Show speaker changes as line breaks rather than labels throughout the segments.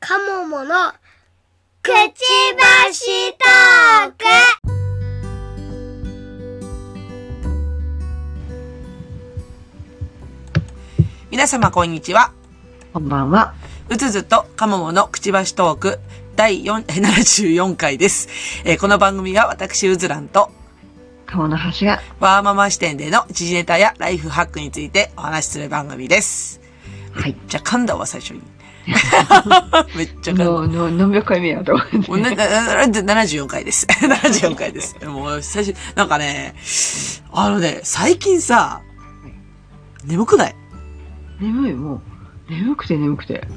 カモモのくちばしトーク
皆様こんにちは。
こんばんは。
うつずとかもものくちばしトーク第4 74回です、えーこの番組は私うずらんと
顔の端が、
ワーママ視点での時事ネタやライフハックについてお話しする番組です。
はい。
じゃあ噛んだわ、最初に。 めっちゃ噛んだ。
の、の、何百回目やと思って。
もうななな74回です。74回 です。もう最初、なんかね、あのね、最近さ、眠くない
眠い、もう。眠くて眠くて。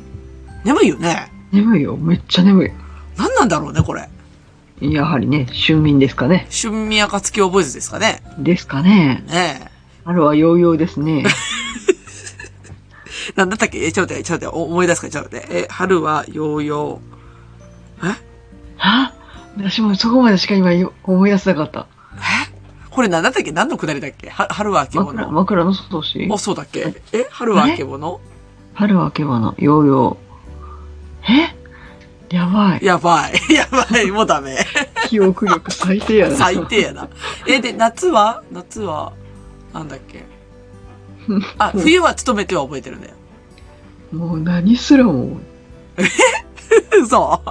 眠いよね。
眠いよ。めっちゃ眠
何なんだろうね、これ。
い。やはりね、春眠ですかね。
春宮暁を覚えずですかね。
ですかね。
ねえ。
あるはヨーヨーです ね。
なんだったっけえ、ちょっと待って、ちょっと待って、お思い出すから、ちょっと待って。え、春はヨーヨー。え
は私もそこまでしか今よ思い出せなかった。
これなんだったっけ何のくだりだっけは春はあけぼ
枕、
の。
枕の外し
お、そうだっけえ、春はあけぼの
春はのヨーヨー。えやばい。
やばい。 やばい。もうダメ。
記憶力最低やな。
最低やな。え、で、夏は夏は、なんだっけあ、冬は勤めては覚えてるんだよ。
もう何すらも、
そ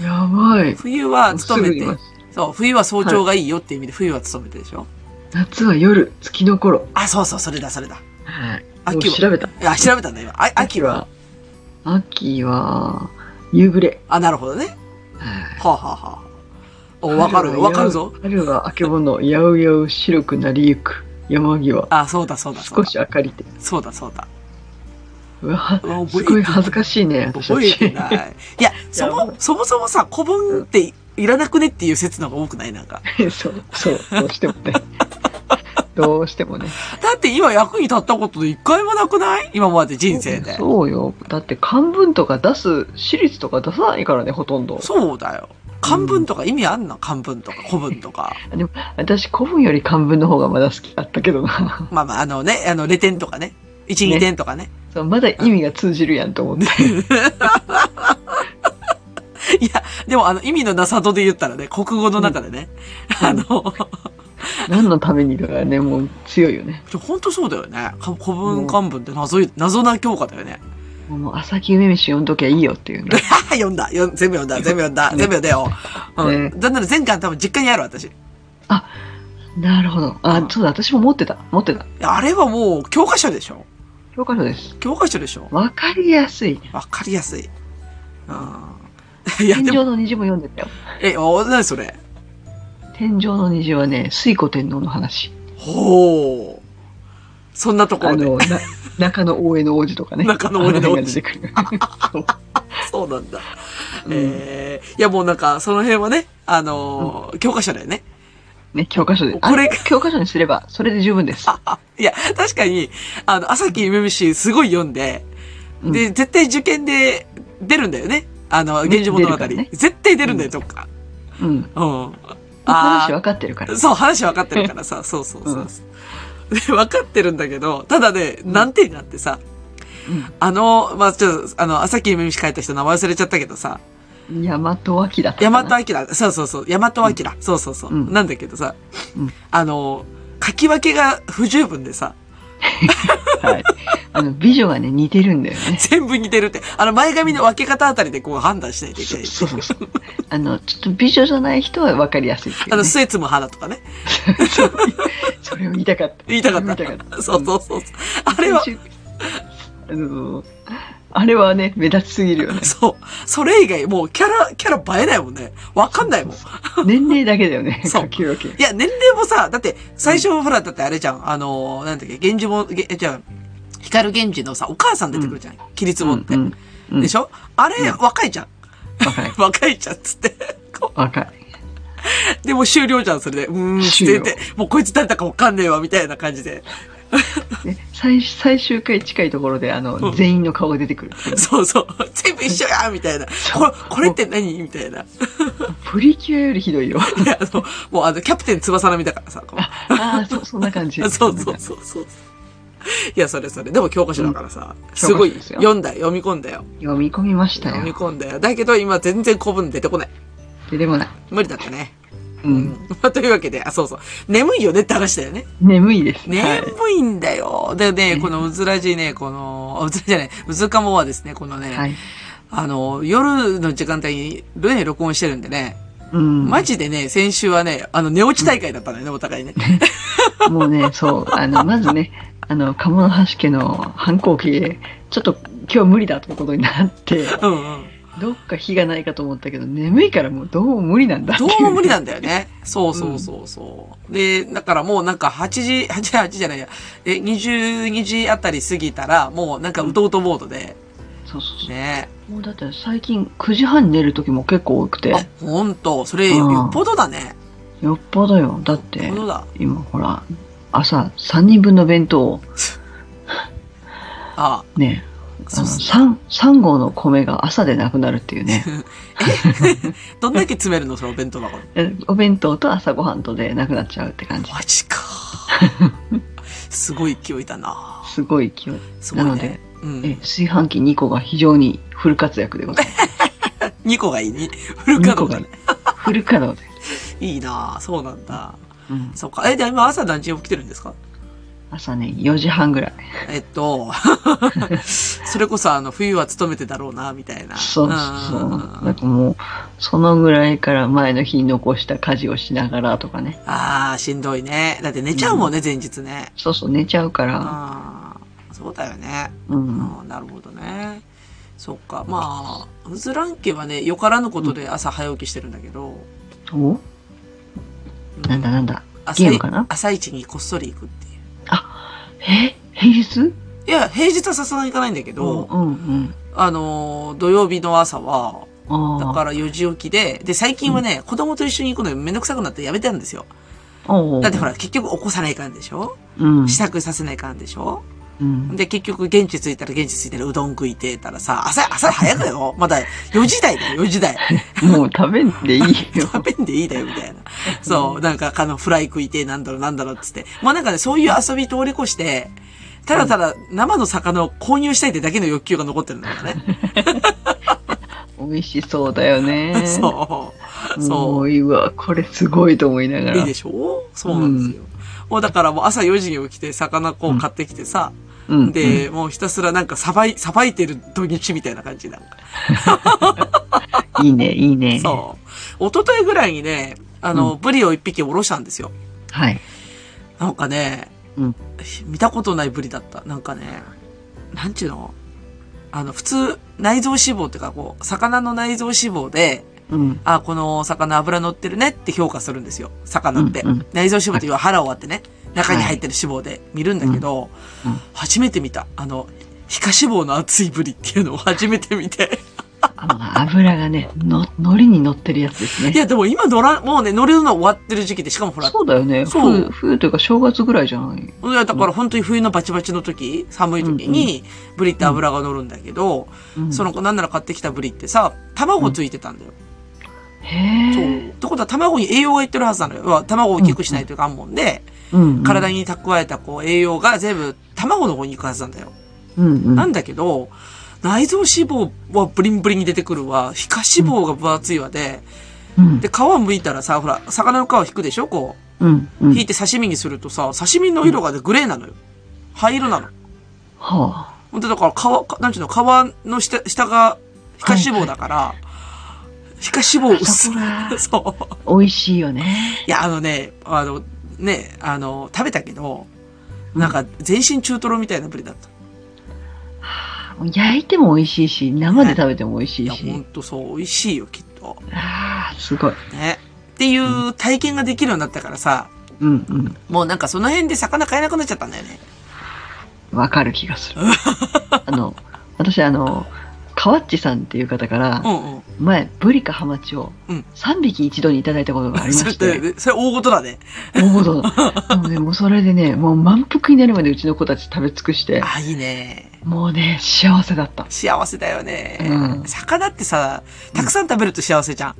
う。
やばい。
冬は勤め
もうす
て
ぐ言いま。す
そう。冬は早朝がいいよって意味で、冬は勤めてでしょ
夏は夜、月の頃。
あ、そうそう、それだ、それだ。
はい。もう
秋は
調べた。
あ、調べたんだ、今。あ秋は。
秋は、夕暮れ。
あ、なるほどね。
はい
はあ、はあはあ、お、わかるよ、わかるぞ。。
春はあけぼの、やうやう白くなりゆく、山際。
あ、そうだそうだそう
少
だ。
し明かりて。
そうだそうだ。
うわ
う、わ
すごい恥ず
い。
かしいね、私た
覚えて
ち。
ない。いや、そも、そもそもさ、古文っていらなくねっていう説の方が多くないなんか。
そう、そう、どうしてもね。どうしてもね。
だって今役に立ったことで一回もなくない今まで人生で。
そうよ。だって漢文とか出す、私立とか出さないからね、ほとんど。
そうだよ。漢文とか意味あんの漢文とか古文とか。
私、古文より漢文の方がまだ好きだったけどな。
まあまあ、あのね、あの、レ点とかね。一、
ね
二点とかね。
そうまだ意味が通じるやん と思って。
いや、でもあの、意味のなさとで言ったらね、国語の中でね。あの、
何のためにとかね、もう強いよね。
本当そうだよね。か古文漢文って謎い、謎な教科だよね。
もう朝木梅飯読んどきゃいいよっていうね。
読んだよん全部読ん だ全部読んだ全部読んだよ。うん。だんだら前回多分実家にある私。い
なるほど。あ、そうだ、私も持ってた。持ってた。
やあれはもう教科書でしょ
教科書です。
教科書でしょ
わかりやすい。
わかりやすい。うん。いや
天
で
井
も、
の虹も読んでたよ。
え、お、なにそれ
天井の虹はね、水古天皇の話。
ほう。そんなとこ
あ
ろで。
の、な中野大江の王子とかね。
中野大江の王子
あ辺が出てくる。そう
そうなんだ。
うん
えーいやもうなんかその辺はね、あのー教科書だよね。
ね、教科書で。
これ
あ教科書にすれば、それで十分です。
いや、確かに、あの、朝木夢虫すごい読んで、
うん
で、絶対受験で出るんだよね。あの、
ね
源氏物
出る
語。
からね
絶対出るんだよ、どっか。
うん。
うん。
話
あ
分かってるから
あ、。そう、話分かってるから さ、そうそうそうそう。で分かってるんだけど、ただね、
うん
難点があってさ、あの、まあ、ちょっと、あの、朝木夢虫書いた人名前忘れちゃったけどさ、
うん。大和脇だったか
大
な。
和明、そうそうそう、大和明、そうそうそう、
うん
なんだけどさ、
うん
あの、書き分けが不十分でさ、
はい。あの、美女がね、似てるんだよね。
全部似てるって、あの、前髪の分け方あたりでこう判断しないといけ
そ
な
う
い。
そうそう。あの、ちょっと美女じゃない人は分かりやすいっていう、ね。
あの、スエツも花とかね。
そうそれを言いたかった。
言いたかった。
言いたかっ た。
そうそうそう。あれは、
先週。あのあれはね、目立ちすぎるよね。
そう。それ以外、もうキャラ、キャラ映えないもんね。わかんないもん。い
年齢だけだよね、
そう
書き分け。
や、年齢もさ、だって、最初、ほら、だってあれじゃん、あのー、なんだっけ、源氏も、げえじゃあ、光源氏のさ、お母さん出てくるじゃん。キリツモって。
うんうん、
でし
ょ
ょあれ、
うん
若いじゃん。
若い。
若いじゃん、 つって。こ
若い。
うで、もう終了じゃん、それで。うーん、つって
終
言
了
って、もうこいつ誰だかわかんねえわ、みたいな感じで。
ね最最終回近いところで、あの、
うん
全員の顔が出てくるっていうね。
そうそう。全部一緒やみたいな。これ、これって何みたいな。い
プリキュアよりひ どいよ。
や、あの、もうあの、キャプテン翼並みだからさ。こう
ああ、そ、そんな感じ。
そうそうそうそう。いや、それそれ。でも教科書だからさ、す
教
ご
科
い
書ですよ
読んだよ。読み込んだよ。
読み込みました
読み
よ。
込んだよ。だけど今全然古文出てこない。
で、でもない。
無理だったね。
う。
うんん。 まあ、というわけで、あ、そうそう。眠いよねって話だよね。
眠いです。はい。
眠いんだよ。でね、
ね
このうずらじね、この、あうずらじゃない、うずかもはですね、このね、
はい。
あの、夜の時間帯に、ね、録音してるんでね、
うん。
マジでね、先週はね、あの、寝落ち大会だったのよね、お互いね。
もうね、そう、あの、まずね、あの、鴨の橋家の反抗期で、ちょっと今日無理だということになって、
うんうん。
どっか火がないかと思ったけど、眠いからもうどうも無理なんだって
ど
いう
も無理なんだよね。そうそうそうそう。で、だからもうなんか8時、8時、8時じゃないや、え、22時あたり過ぎたら、もうなんかうとうとモードで、
そうそうそう。
ね。
もうだって最近9時半に寝る時も結構多くて、
あ、ほんと、それ
うん
よっぽどだね。
よっぽどよ。だって
ほん、とだ。
今ほら、朝3人分の弁当を
あ、
ね、あ
そ
の、
うそう。
3、三合の米が朝でなくなるっていうね。
どんだけ詰めるのそのお弁当箱に。
えお弁当と朝ごはんとでなくなっちゃうって感じ。
マジ か。すごい勢いだな。
すごい勢い。
すごい
なの
ね
で。
う
え
ん。
炊飯器2個が非常にフル活躍でござい ます。
2個がいいね。フルカードだね。
フル稼働で。
いいなそうなんだ。
うん、
そうか。え、じゃあ今朝何時に起きてるんですか
朝ね、4時半ぐらい。
えっ と、それこそあの、冬は勤めてだろうな、みたいな。
そうそうそう。
ん
なんかもう、そのぐらいから前の日に残した家事をしながらとかね。
ああ、しんどいね。だって寝ちゃうもんね、前日ね。
そうそう、寝ちゃうから。
ああ、そうだよね。
うん。
あーなるほどね。そっか。まあ、うずらん家はね、よからぬことで朝早起きしてるんだけど、
おなんだなんだ。ゲームかな
朝一にこっそり行くっていう。
え平日
いや、平日はさすがに行かないんだけ
うん
ど、
うんうん。
あのー、土曜日の朝は、
ああ。
だから4時起きで、で、最近はね、子供と一緒に行くのめんどくさくなってやめたんですよ。
おう
だってほら、結局起こさないかんでしょ
うん。
支度させないかんでしょ
うん。
で、結局現地着いたら現地着いたらうどん食いてたらさ、朝、朝早くだ よ。まだ4時台だよ、4時台。
もう食べんでいい よ。
食べんでいいだよ、みたいな。そう、なんか、あの、フライ食いて、なんだろう、なんだろう、つって。まあなんかね、そういう遊び通り越して、ただただ生の魚を購入したいってだけの欲求が残ってるんだよね。
美味しそうだよね。
そうう。そ
もう、うわ、これすごいと思いなが
う。いい
ら
で。しょうそうなんですよ。もうだからもう朝4時に起きて魚こう買ってきてさ、
うん
で、もうひたすらなんかさばい、さばいてる土日みたいな感じなんか。
うんいいね、いいね。
そう。一昨日ぐらいにね、あの、ブリを一匹おろしたんですよ。
はい。
なんかね、
うん
見たことないぶりだった。なんかね、なんちゅうのあの、普通、内臓脂肪っていうか、こう、魚の内臓脂肪で、
うん。
あ、この魚脂乗ってるねって評価するんですよ。魚って。
うんうん
内臓脂肪っていうのは腹を割ってね、中に入ってる脂肪で見るんだけど、
うんうん
初めて見た。あの、皮下脂肪の厚いぶりっていうのを初めて見て。
あの油がね、の、海苔に乗ってるやつですね
い。や、でも今乗ら、もうね、乗れるの終わってる時期で、しかもほら、
そうだよね。
そう
冬、冬というか正月ぐらいじゃない。
いやだから本当に冬のバチバチの時、寒い時に、ブリって脂が乗るんだけど、
うん
その子なんなら買ってきたブリってさ、卵ついてたんだよ。そ
へ
う。ってことは卵に栄養がいってるはずなのよ。要は卵を大きくしないというかんもんで、
え。うん。
体
に。
に蓄えたこう栄養が全部卵の方に行くはずなんだよ。
うんうん。
なんだけど、内臓脂肪はブリンブリンに出てくるわ。皮下脂肪が分厚いわで、
うん
で、皮剥いたらさ、ほら、魚の皮を引くでしょこ
うんう
う。
ん
引い。て刺身にするとさ、刺身の色がねグレーなのよ。灰色なの。
はあ。
本当だから皮、かなんちゅうの、皮の下、下が、皮下脂肪だから、皮下脂肪薄
そこ
い。
が
そう。
美味しいよね。
いや、あのね、あの、ね、あの、食べたけど、なんか、全身中トロみたいなぶりだった。
焼いても美味しいし、生で食べても美味し
い
い
や、ほん
し。
とそう、美味しいよ、きっと。
ああ、すごい。
ね。っていう体験ができるようになったからさ、
うんうん。
もうなんかその辺で魚買えなくなっちゃったんだよね。
わかる気がす る。あの、私あの、川っちさんっていう方から
う、んうん。
前、ブリかハマチを
うん
3匹一度にいただいたことがありまし
それ
て、
でそれ大事だね。
大ごとだ。でもね、もうそれでね、もう満腹になるまでうちの子たち食べ尽くして、
あ、いいね。
もうね、幸せだった。
幸せだよね。
うん
魚ってさ、たくさん食べると幸せじゃん。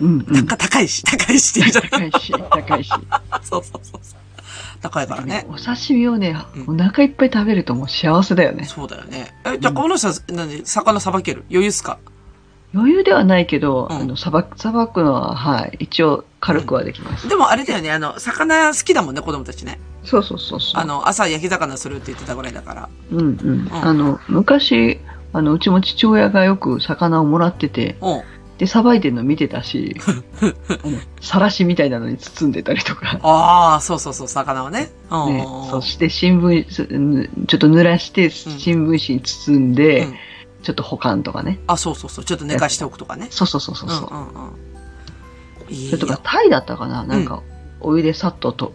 うん、うん。
高高いし、高いしって言うじゃん。
高いし、高いし。
そうそうそうそう。ったかいからね。
お刺身をね
う
お腹いっぱい食べるともう幸せだよね
そうだよね。え、じゃあ、この人は、何、魚さばける余裕っすか
余裕ではないけど、
うん
あの、さばく、さばくのは、はい、一応軽くはできます。
でもあれだよね、あの、魚好きだもんね、子供たちね。
そうそうそうそう。
あ、の、朝焼き魚するって言ってたぐらいだから。
うんうん。あの、昔、あの、うちも父親がよく魚をもらってて、
うん。
で、さばいてるの見て たし、あの、さらしみたいなのに包んでたりとか、
ああ、そうそうそう、魚はね。うんうん
ね
うん。、
そして新聞、すんちょっと濡らして、新聞紙に包んで、
うん
ちょっと保管とかね。
あ、そうそうそう。ちょっと寝かしておくとかね。
そうそうそうそう
うん
そう。
うんうん。いい
それと
よ
か、タイだったかななんか、お湯でさっとと、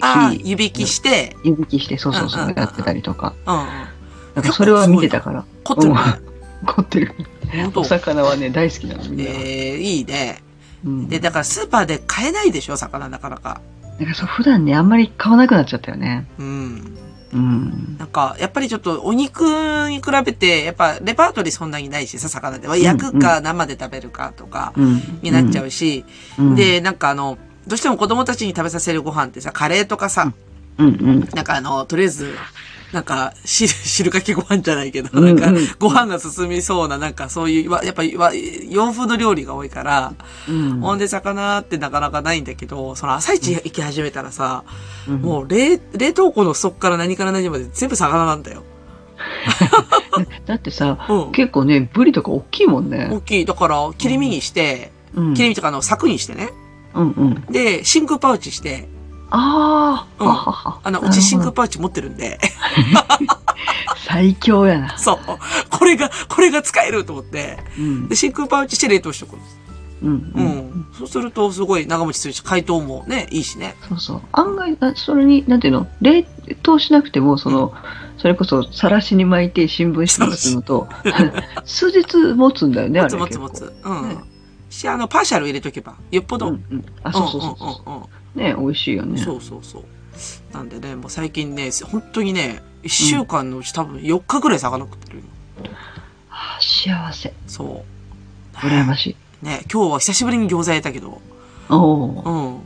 ああ、
火、
湯引きして、
湯引きして、そうそう
うん
そ
うん
う
う、ん
やってたりとか。
うんうん。
なんかそれは見てたから、
凝ってるね。
凝ってる。
本当
お。魚はね、大好きなの、みんな。
ええ、いいね。
うん。
で、
で、
だからスーパーで買えないでしょ、魚なかなか。
なんかそう、普段ね、あんまり買わなくなっちゃったよね。
うん。
うん。
なんか、やっぱりちょっとお肉に比べて、やっぱレパートリーそんなにないしさ、魚では。
ん
焼くか生で食べるかとか、
うん。
になっちゃ
う
うし、
ん、
で、なんかあの、どうしても子供たちに食べさせるご飯ってさ、カレーとかさ、
うん、うん、
なんかあの、とりあえず、なんか、汁、 汁かけご飯じゃないけど、
うん
な
うんん
か、ご飯が進みそうな、なんかそういう、わやっぱ、わ洋風の料理が多いから、
うん。
ほんで魚ってなかなかないんだけど、その朝一行き始めたらさ、
うん
もう冷、冷凍庫の底から何から何まで全部魚なんだよ。
だってさ、
うん。
結構ね、ブリとか大きいもんね。
大きい。だから、切り身にして、
うん。
切り身とかあの、柵にしてね。
うん、うん。
で、真空パウチして、
ああ、
うん
ははは
あの、うち真
な
空
る
パウチ持ってるんで、
ほど最強やな。
そう。これが、これが使えると思って、
うん
で、。真空パウチして冷凍しとく。
うん、う。
うんん。そうすると、すごい長持ちするし、解凍もね、いいしね。
そうそう。案外、あそれに、なんていうの、冷凍しなくても、その、それこそ、さらしに巻いて新聞紙に包むと、 数日持つんだよね、あ
も
れ
つもつ
結構。
もつ。う
ね
ん。し、あの、パーシャル入れとけば、よっぽど。
うんうん。あ、そうそうそうそ
う
う。
んうんうん
ね、美味しいよ
うん
ね。
そうそうそう。なんでね、もう最近ね、本当にね、一週間のうち多分4日ぐらい魚食ってるよ。
あ幸せ。
そう。
羨ましい。
ね、今日は久しぶりに餃子焼いたけど、
お
う
お。
ん。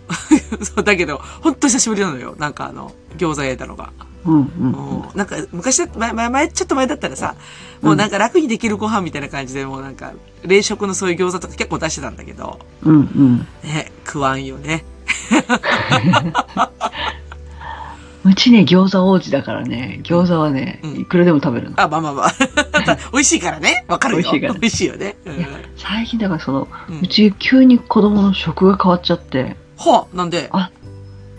そう、だけど、本当久しぶりなのよ。なんかあの、餃子焼いたのが。
うんう。
うんん。なんか、昔だ、前、前、前、ちょっと前だったらさ、もうなんか楽にできるご飯みたいな感じで、もうなんか、冷食のそういう餃子とか結構出してたんだけど、
うんうん。
ね、食わんよね。
うちね、餃子王子だからね、餃子はね
うん、
いくらでも食べるの。
あ、まあまあ まあ。美味しいからね。わかるよ。
美味しいから
美味しいよね。うん
いや最近だからその、
うん
うち急に子供の食が変わっちゃって、
はあ、なんで
あ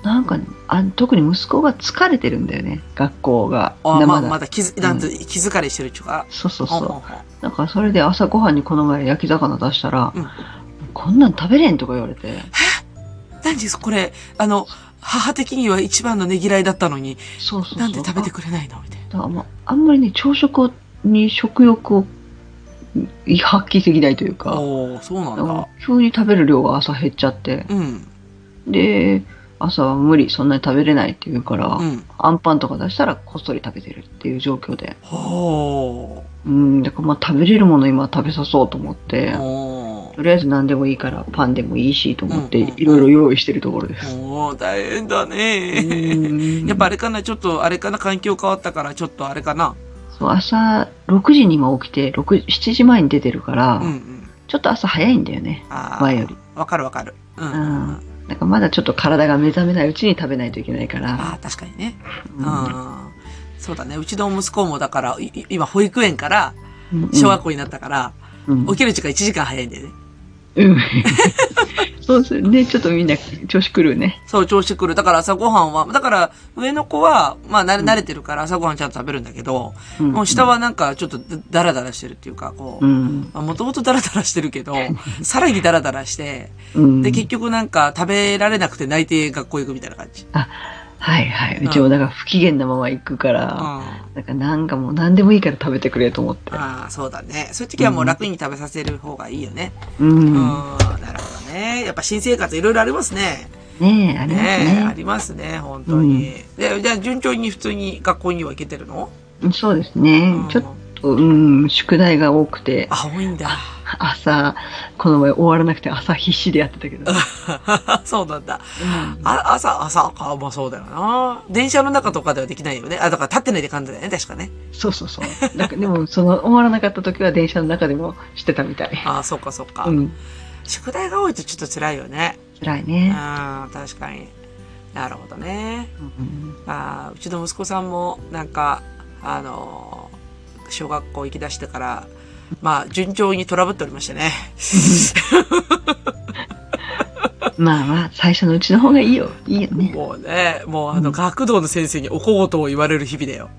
なんか、あ特に息子が疲れてるんだよね、学校が。
あ
生
まあ、
だ
まだ気づ、なんて気づかれしてるっていうか。
そうそう
ほん
そ
ほん
う。
ほん
だからそれで朝ごはんにこの前焼き魚出したら、
うん
こんなん食べれんとか言われて、
何ですこれ、あの、母的には一番のねぎらいだったのに、
そうそうそう。
なんで食べてくれないのみたいな。
だからまああんまりね朝食に食欲をい発揮できないというか
おおそうなん
だから
だ。
急に食べる量が朝減っちゃって
うん。
で朝は無理そんなに食べれないっていうから、
うん。
アンパンとか出したらこっそり食べてるっていう状況で
ほ
うんだからまあ食べれるもの今食べさそうと思っ
う。
て
おー
とりあえず何でもいいからパンでもいいしと思って
うんうん
いろいろ用意してるところです、
おー大変だね。
うん
やっぱあれかなちょっとあれかな環境変わったから、ちょっとあれかな
そう朝6時に今起きて6 7時前に出てるから、
うんうん。
ちょっと朝早いんだよね
あー
前より。
わかるわかる。うん。
うんなんかまだちょっと体が目覚めないうちに食べないといけないから。
ああ、確かにね。
う
うんん。そうだね。うちの息子もだから、いい今保育園から
うん
小学校になったから、
うん
起きる時間1時間早いんだよね。
うん そうするね。ちょっとみんな調子狂うね。
そう、調子来る。だから朝ごはんは、だから上の子は、まあ慣れ
うん
慣れてるから朝ごはんちゃんと食べるんだけど、
うん
もう下。はなんかちょっとだダラダラしてるっていうか、こう
う、ん。
まあもともとダラダラしてる けど、さらにダラダラして、
うん
で、結局なんか食べられなくて泣いて学校行くみたいな感じ。
はいはい。うちもだから不機嫌なまま行くか
うん。
ら、
あ
なんかなんかもう何でもいいから食べてくれと思って。
あ、そうだね。そういう時はもう楽に食べさせる方がいいよね。
う。
うんん、なるほどね。やっぱ新生活いろいろありますね。
ねえ、あります
ねあ
ね。
りますね、本当に。で、じゃあ順調に普通に学校には行けてるの
うんそうですね
うん。
ちょっと、うん、宿題が多くて、
あ、多いんだ。
朝、この前終わらなくて朝必死でやってたけど。
そうなんだ。
うん
あ、朝、朝か、まあそうだよな。電車の中とかではできないよね。あ、だから立ってないで感じだよね、確かね。
そうそうそう。だからでも、その終わらなかった時は電車の中でもしてたみたい。
あ、そうかそうか、
うん。
宿題が多いとちょっと辛いよね。
辛いうね。
ん、確かに。なるほどね。
うん
あーうちの息子さんもなんかあのー小学校行き出してからまあ順調にトラブっておりまして ね
まあまあ、最初のうちの方がいいよ。いいよね。
もうねもうあの学童の先生におこごとを言われる日々だよ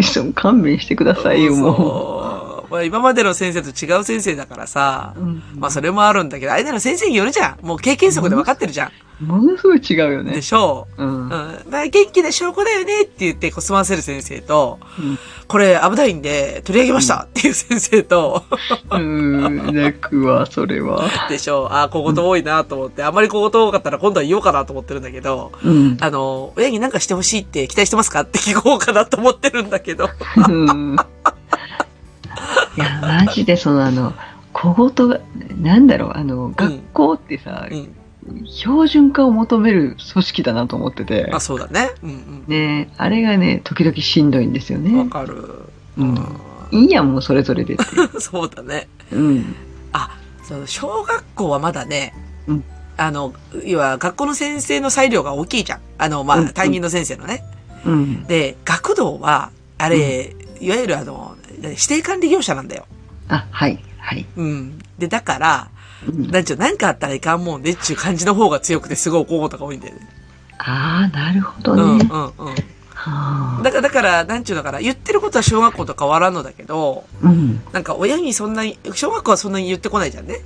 そう勘弁してくださいよ、も
そうまあ、今までの先生と違う先生だからさ
う。うん
まあそれもあるんだけどあれなの先生によるじゃんもう経験則で分かってるじゃん、
ものすごい違うよね
で。しょ
う。
う、うんん
うん
まあ、元気な証拠だよねって言ってこう済ませる先生と、これ危ないんで取り上げましたっていう先生と、
うん、泣くわ、それは。
でしょう。あー、小言多いなと思って、あんまり小言多かったら今度は言おうかなと思ってるんだけど、
うん。
あの、親に何かしてほしいって期待してますかって聞こうかなと思ってるんだけど。
うんいや、マジで、その、あの、小言が、なんだろう、あの、学校ってさ、
うん。
標準化を求める組織だなと思ってて
あ、、そうだね。うん
ね、あれがね、時々しんどいんですよ
うん。わ
ね。
かる。
うんいいやん、もうそれぞれでって。
そうだね。
うん。
あ、その小学校はまだね、
うん
あの、要は学校の先生の裁量が大きいじゃん。あの、ま
うんう
あ、
ん
担任の先生のね。
うん。
で、学童は、あれ、いわゆるあの、指定管理業者なんだよ。
あ、はい、はい。
うん。で、だから、
うん
なんちゅう、なんかあったらいかんもんでっちゅう感じの方が強くて、すごい怒ることが多いんだよね。
ああ、なるほ
うん、うん、
ど
うん
ね。。はあ
だから、だから、なんちゅうのかな、言ってることは小学校と変わらんのだけど、
うん。
なんか親にそんなに、小学校はそんなに言ってこないじゃんね。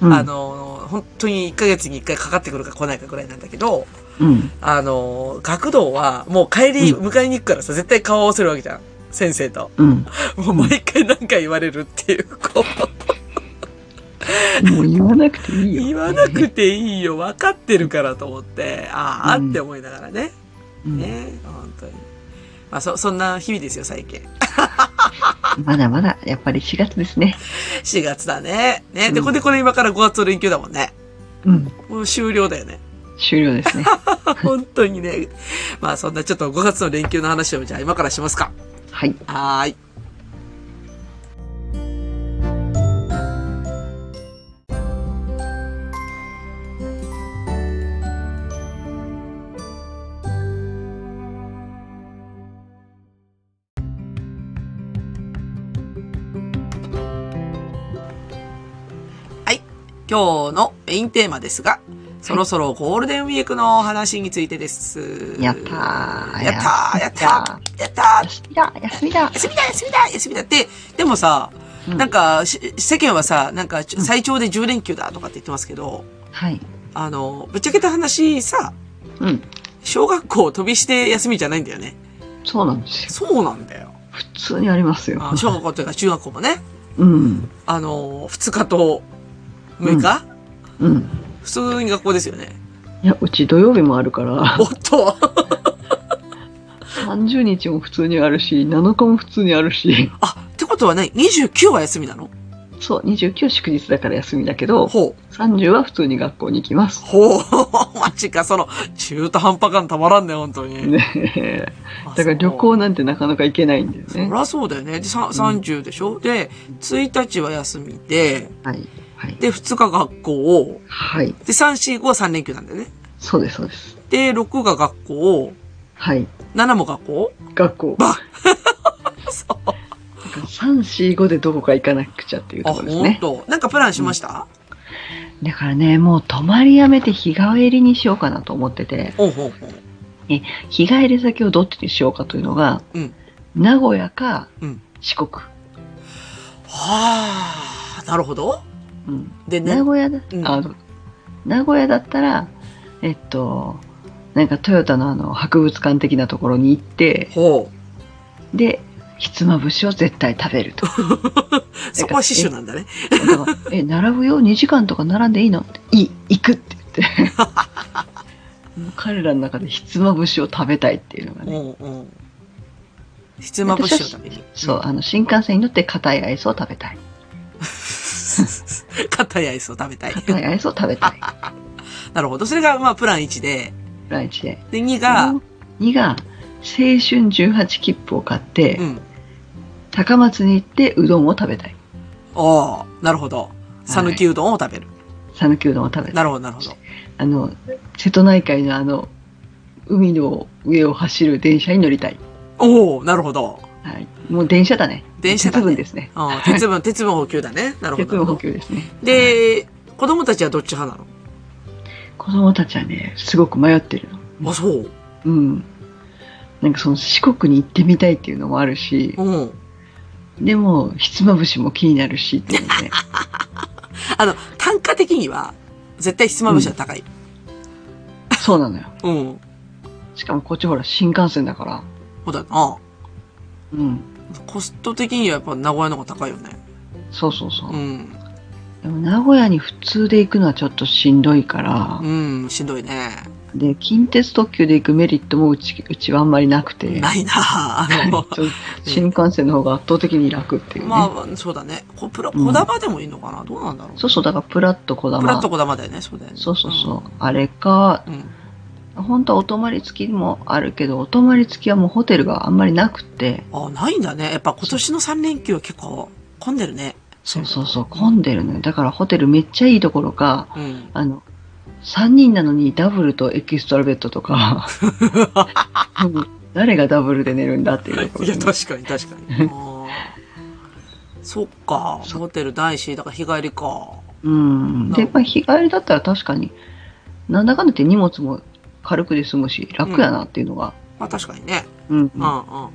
うん
あ、の、本当に1ヶ月に1回かかってくるか来ないかぐらいなんだけど、
うん。
あの、学童はもう帰り、
う
迎えに行くからさ、絶対顔合わせるわけじゃん。先生と。
うん。
もう毎回何か言われるっていう、こう、
もう言わなくていい よ。
言わなくていいよ、分かってるからと思って、ああ、って思いながらね。
うん
ね、本当に。まあ、そ、そんな日々ですよ、最近。
まだまだ、やっぱり4月ですね。
4月だね。ね、で、
うん
これでこれ今から5月の連休だもんね。
うん。
もう終了だよね。
終了ですね。
本当にね。まあ、そんなちょっと5月の連休の話をじゃあ今からしますか。
はい。
はーい。はい今日のメインテーマですが、そろそろゴールデンウィークの話についてです。
やったー。
やったーやったーやったー
休みだ休みだ
休みだ休みだ休みだって、でもさ、
うん
なんか、し世間はさ、なんか、ちょ
うん
最長で10連休だとかって言ってますけど、
はい。
あの、ぶっちゃけた話さ、
うん。
小学校を飛びして休みじゃないんだよね。
そうなんですよ。
そうなんだよ。
普通にありますよ。
あ小学校というか中学校もね、
うん。
あの、2日と6日、
うん。
普通に学校ですよね。
いや、うち土曜日もあるから
お、っと
30日も普通にあるし、7日も普通にあるし、
あ、ってことはね、29は休みなの
そう、29祝日だから休みだけど、
ほう。
30は普通に学校に行きます。
ほう。マジか、その、中途半端感たまらんね、本当に。
ねえ。
あ
だから旅
そう
行なんてなかなか行けないんだよ
そ
ね
り。ゃそうだよね。で、さ30でしょ、で、1日は休みで、
はい。はい。
で、2日学校を、
はい。
で、3、4、5は3連休なんだよね。
そうです、そうです。
で、6が学校を、
はい。
7も学校
学校。
ば
そう。3、4、5でどこか行かなくちゃっていう
あ、
と
ほ
ころです
ん
ね。
と。なんかプランしました、
だからね、もう泊まりやめて日帰りにしようかなと思ってて、
ほん、ほんほん。
日帰り先をどっちにしようかというのが、
うん
名古屋か
うん
四国。
はあ、なるほど。
うん
でね
名、古屋だ、
うん
あの名古屋だったら、えっと、なんかトヨタのあの博物館的なところに行って、
ほう。
で、ひつまぶしを絶対食べると。
そこは死守なんだね。
だからえ、並ぶよ ?2 時間とか並んでいいのっていい、行くって言って。もう彼らの中でひつまぶしを食べたいっていうのが
う
ね、
んうん。ひつまぶしを食べに。
そう、あの、新幹線に乗って硬いアイスを食べたい。
うん。 硬いアイスを食べたい。
硬いアイスを食べたい。
なるほど。それが、まあ、プラン1で。
ランチで。
で、2が、
2が、青春18切符を買って、
うん。
高松に行ってうどんを食べたい。
おー、なるほど。讃岐うどんを食べる。
讃岐うどんを食べた。
ないるほど、なるほど。
あの、瀬戸内海のあの、海の上を走る電車に乗りたい。
おー、なるほど。
はい。もう電車だね。
電車だね
鉄分ですね。
あー鉄分、 鉄分補給だね。なるほ
鉄
どなる
分
ほ
補
ど。
給ですね。
で、子供たちはどっち派な
子供たちはね、すごく迷ってるの。
のあ、そう。
うん。なんかその四国に行ってみたいっていうのもあるし、
うん。
でも、ひつまぶしも気になるしっていうの で、
あの、単価的には、絶対ひつまぶしは高い。
そうなのよ。
うん。
しかもこっちほら新幹線だから、
そうだな。
うん。
コスト的にはやっぱ名古屋の方が高いよね。
そうそうそう。
うん。
でも名古屋に普通で行くのはちょっとしんどいから、
うん、しんどいね。
で、近鉄特急で行くメリットもうち、うちはあんまりなく て、
ないなあの、
ちょ新幹線の方が圧倒的に楽っていう ね。
まあ、そうだね。こ、プラ、
うん
こだまでもいいのかな、どうなんだろう。
そうそう、だからプラッとこだ
プラッ
ま
と。こだまだよね、そうだよね。
そうそうそう。あれか、
うん。うん。
本当はお泊まり付きもあるけど、お泊まり付きはもうホテルがあんまりなくて、
あ、ないんだね。やっぱ今年の3連休は結構混んでるね。
そうそうそう、混んでるのよ。だからホテルめっちゃいいところか、
うん。
あの、3人なのにダブルとエキストラベッドと か、うん誰がダブルで寝るんだっていうところ
い
で
や、
ね、
確かに確かに。あーそっか。ホテルないし、だから日帰りか。
うん。で、まあ、日帰りだったら確かに、なんだかんだって荷物も軽くで済むし、楽やなっていうのが、
まあ確かにね。
うん。
うんうんうんうん。ま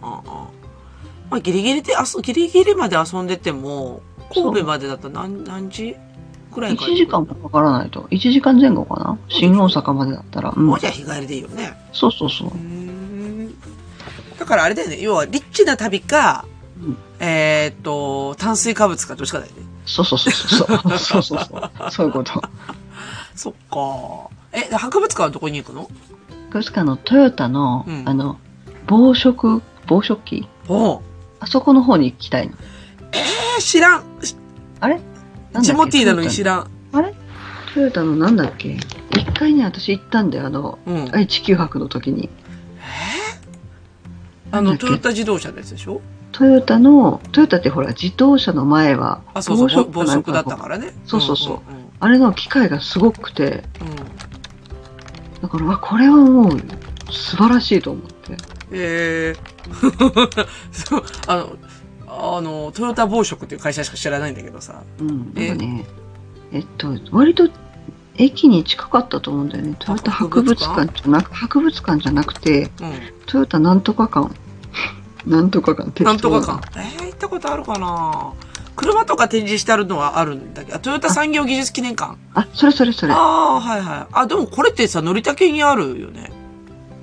あギリギリで、あそ、ギリギリまで遊んでても、神戸までだったら何、何時くらい
1
から
時間もかからないと。1時間前後かな新大阪までだったら。うん
もう。じゃあ日帰りでいいよね。
そうそうそう
う。ん。だからあれだよね。要は、リッチな旅か、
うん
えーっと、炭水化物かどっちかだよね。
そうそうそうそう。そうそうそう。そういうこと。
そっか。え、で博物館はどこに行くの
ですからあの、トヨタの、
うん
あの、防食、防食器
おう
あそこの方に行きたいの。
えー、知らん。
あれなんだっけ
ジモティーなのに
トヨタ
知らん。
あれトヨタのなんだっけ一回ね、私行ったんだよ、あの、
うん。
愛知9泊の時に。
あ
なんだ
の、
っけ
トヨタ自動車のやつでしょ
トヨタの、トヨタってほら、自動車の前は、
あ、そうそう、
防
暴
食
食
か
だ
なん
っ
か
たからね。
そうそうそうん
んん
あれの機械がすごくて、
うん。
だから、うわ、これはもう、素晴らしいと思って。
えー、 そう、あの、あの、トヨタ暴食っていう会社しか知らないんだけどさ。
うん、なんかね、えっと、割と、駅に近かったと思うんだよね。トヨタ博物館じゃなく、博物館じゃなくて、
うん。
トヨタなんとか館。 なんとか館、鉄道
なんとか館。えー、行ったことあるかな車とか展示してあるのはあるんだけど、あトヨタ産業技術記念館。
あ、それそれそれ。
ああー、はいはい。あ、でもこれってさ、乗りたけにあるよね。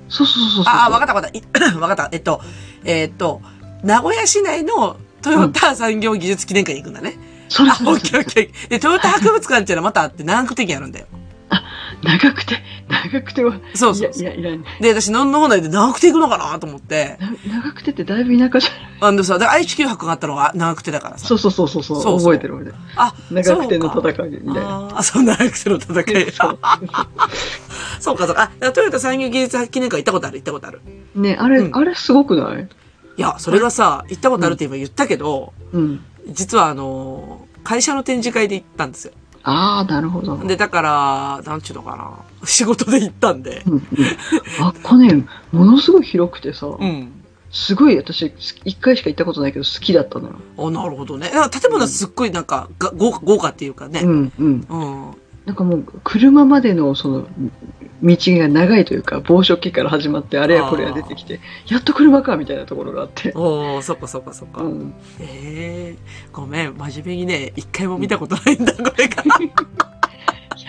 そうそうそうそうそう。
ああ、わかったわかったい。わ かった。えっと、えっと、名古屋市内のトヨタ産業技術記念館に行くんだね。
それ
あ、
そ
オ
れ
ッ
そ
ケー
れ
オッ。ケー。で、トヨタ博物館っていうのはまたあって南区的にあるんだよ。
長くて、長くては、
そうそうそう
いや、いや、いらない。
で、私、の脳内で長くて行くのかなと思って。
な長くてってだいぶ田舎じゃない
あのさ、だから愛知九博があったのが長くてだからさ。
そうそうそうそうそ
そ
う
うそう
覚えてる俺
あ、
長くての
そうか
戦いみたいな
あーそう、長くての戦い。
そう
そうか、そうか。あだからトヨタ産業技術記念館行ったことある、行ったことある。
ねあれ、
うん
あれすごくない
いや、それがさ、行ったことあるって今言ったけど、
うん
実はあのー、会社の展示会で行ったんですよ。
ああなるほど、
で、だから、なんちゅうのかな。仕事で行ったんで
う。んうん、あこねものすごい広くてさ、
うん。
すごい私一回しか行ったことないけど好きだったのよ
あ、なるほどね。なんか建物はすっごいなんか、が豪華、豪華っていうか
う
ね。
んうん
うん。
なんかもう車までのその道が長いというか防食器から始まってあれやこれや出てきてやっと車かみたいなところがあって
おー、そっかそっかそっか。
うん
ええごめん、真面目にね、一回も見たことないんだ、 これが。
い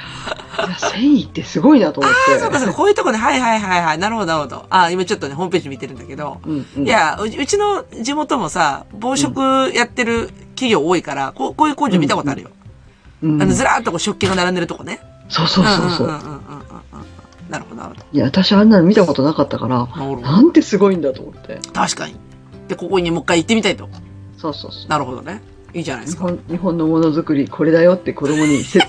や繊維ってすごいなと思っ
そうか
て
そうか、こういうとこね、はいはいはいはい、なるほどなるほど。あ、今ちょっとね、ホームページ見てるんだけど。
うんうん
いや、うちうちの地元もさ、暴食やってる企業多いから、こうこういう工場見たことあるよ。
うん
あの、ずらーっとこう食器が並んでるとこね。
そうそうそうそう。
んんんんうんうんなるほど、なるほ
いや、私あんなの見たことなかったから、
ど。なるほ
なんてすごいんだと思って。
ど。確かに。で、ここにもう一回行ってみたいと。
そうそうそう。
なるほどね。いいじゃないで
日
すか。
本日本のものづくり、これだよって子供にせ、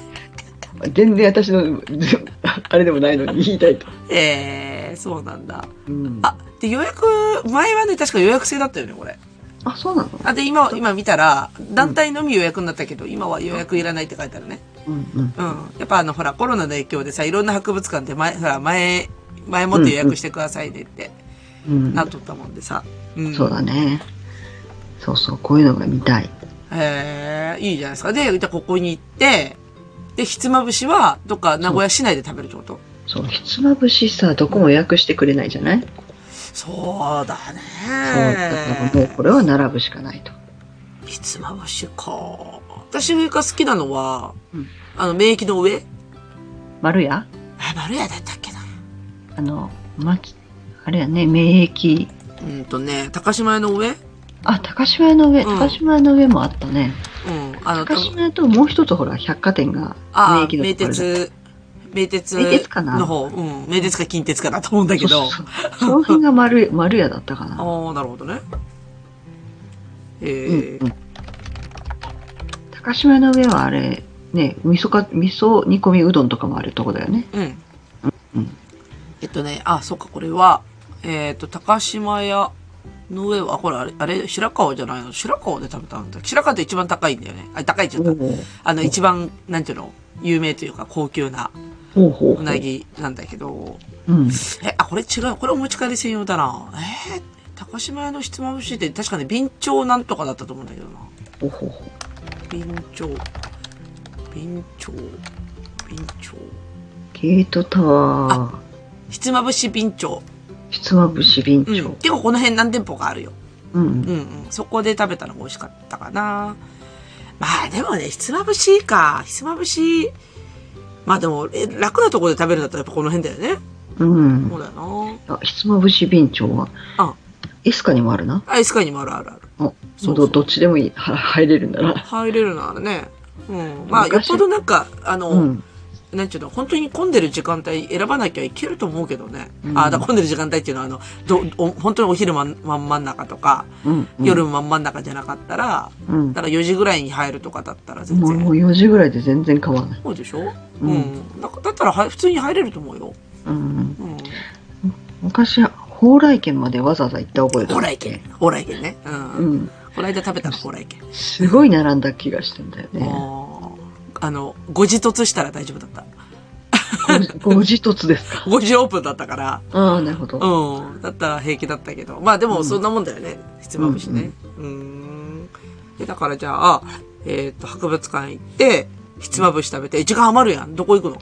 全然私の、 あれでもないのに言いたいと。
ええー、そうなんだ。
うん、
あ、で、予約、前はね、確か予約制だったよね、これ。
あ、そうなの
あ、で、今、今見たら、団体のみ予約になったけど、今は予約いらないって書いてあるね。
うんうん。
うん。やっぱあの、ほら、コロナの影響でさ、いろんな博物館で前、ほら、前、前もって予約してくださいねって、
うん、
なっとったもんでさ。うん。
そうだね。そうそう、こういうのが見たい。
へえ、いいじゃないですか。で、じゃあここに行って、で、ひつまぶしは、どっか名古屋市内で食べるってこと
そう、ひつまぶしさ、どこも予約してくれないじゃない、そう、
そうだ
だからもう
ね。
これは並ぶしかないと。
ひつまぶしか。私が好きなのは、
うん
あの、免疫の上
丸や
あ、丸屋だったっけな。
あの、まつ、あれやね、免疫。
うんとね、高島屋の上うん。
あ、高島屋の上、
うん
高島屋の上もあったね。
あの、
高島屋ともう一つほら、百貨店が
あー、
の
名
ところで
鉄、名鉄
名鉄かな
の方。うん。名鉄か近鉄かなと思うんだけど。
そうそうそうその辺が丸い、丸屋だったかな。
ああ、なるほどね。えー
うん、うん。高島屋の上はあれ、ね、味噌か、味噌煮込みうどんとかもあるとこだよね。
うん
うん。
えっとね、あ、そうか、これは、えっ、と、高島屋の上は、あこれ、あれ、あれ、白川じゃないの白川で食べたんだ。白川って一番高いんだよね。あ、高いっちゃった。
ほう
あの、一番、なんていうの有名というか、高級な
ほうほうほ
う
う
なぎなんだけど、
うん。
え、あ、これ違う。これお持ち帰り専用だな。えー高島屋のひつまぶしって、確かね、備長なんとかだったと思うんだけどな。
ほうほうほ
備長。備長。備長。
う。ゲートタワー、
ひつまぶし備長。
ひつまぶし備
うん。
長。
結構この辺何店舗かあるよ。
うん。
うんうん。そこで食べたのが美味しかったかな。まあでもね、ひつまぶしか。ひつまぶし。まあでも、え楽なところで食べるんだったらやっぱこの辺だよね。
うん。
そうだよな。
あ、ひつまぶし備長は、
あ
エスカにもあるな。
アイスカイにもあるあるある。
お
そうそう
どどっちでもいい。は入れるなら。
入れるならね。うん。まあ、よっ
昔
ぽどなんか、あの、
うん。
なんちゅうの、本当に混んでる時間帯選ばなきゃいけると思うけどね。
うん
ああ、だから混んでる時間帯っていうのは、あの、ど、お本当にお昼まんまん真ん中とか、
うん。うん
夜。まん真ん中じゃなかったら、
うん
だ。から4時ぐらいに入るとかだったら全
もうもう
然。
4時ぐらいで全然変わらない。
そうでしょう
うん
ん。だだったらは普通に入れると思うよ。
うん。
うん。
昔、蓬莱軒までわざわざ行った覚えがあ
蓬
っ
莱
て
犬。。蓬莱犬ね。うん。
うん。
この間食べたの蓬莱犬。
すごい並んだ気がしたんだよね。
もうあの、ご自突したら大丈夫だった。
ごご自突です か。
5時オープンだったから。
ああ、なるほど。
うん。だったら平気だったけど。まあで
う
も
ん
そんなもんだよね。ひつまぶしね。うーん。で、だからじゃあ、えっ、と、博物館行って、ひつまぶし食べて、え時間余るやん。どこ行くの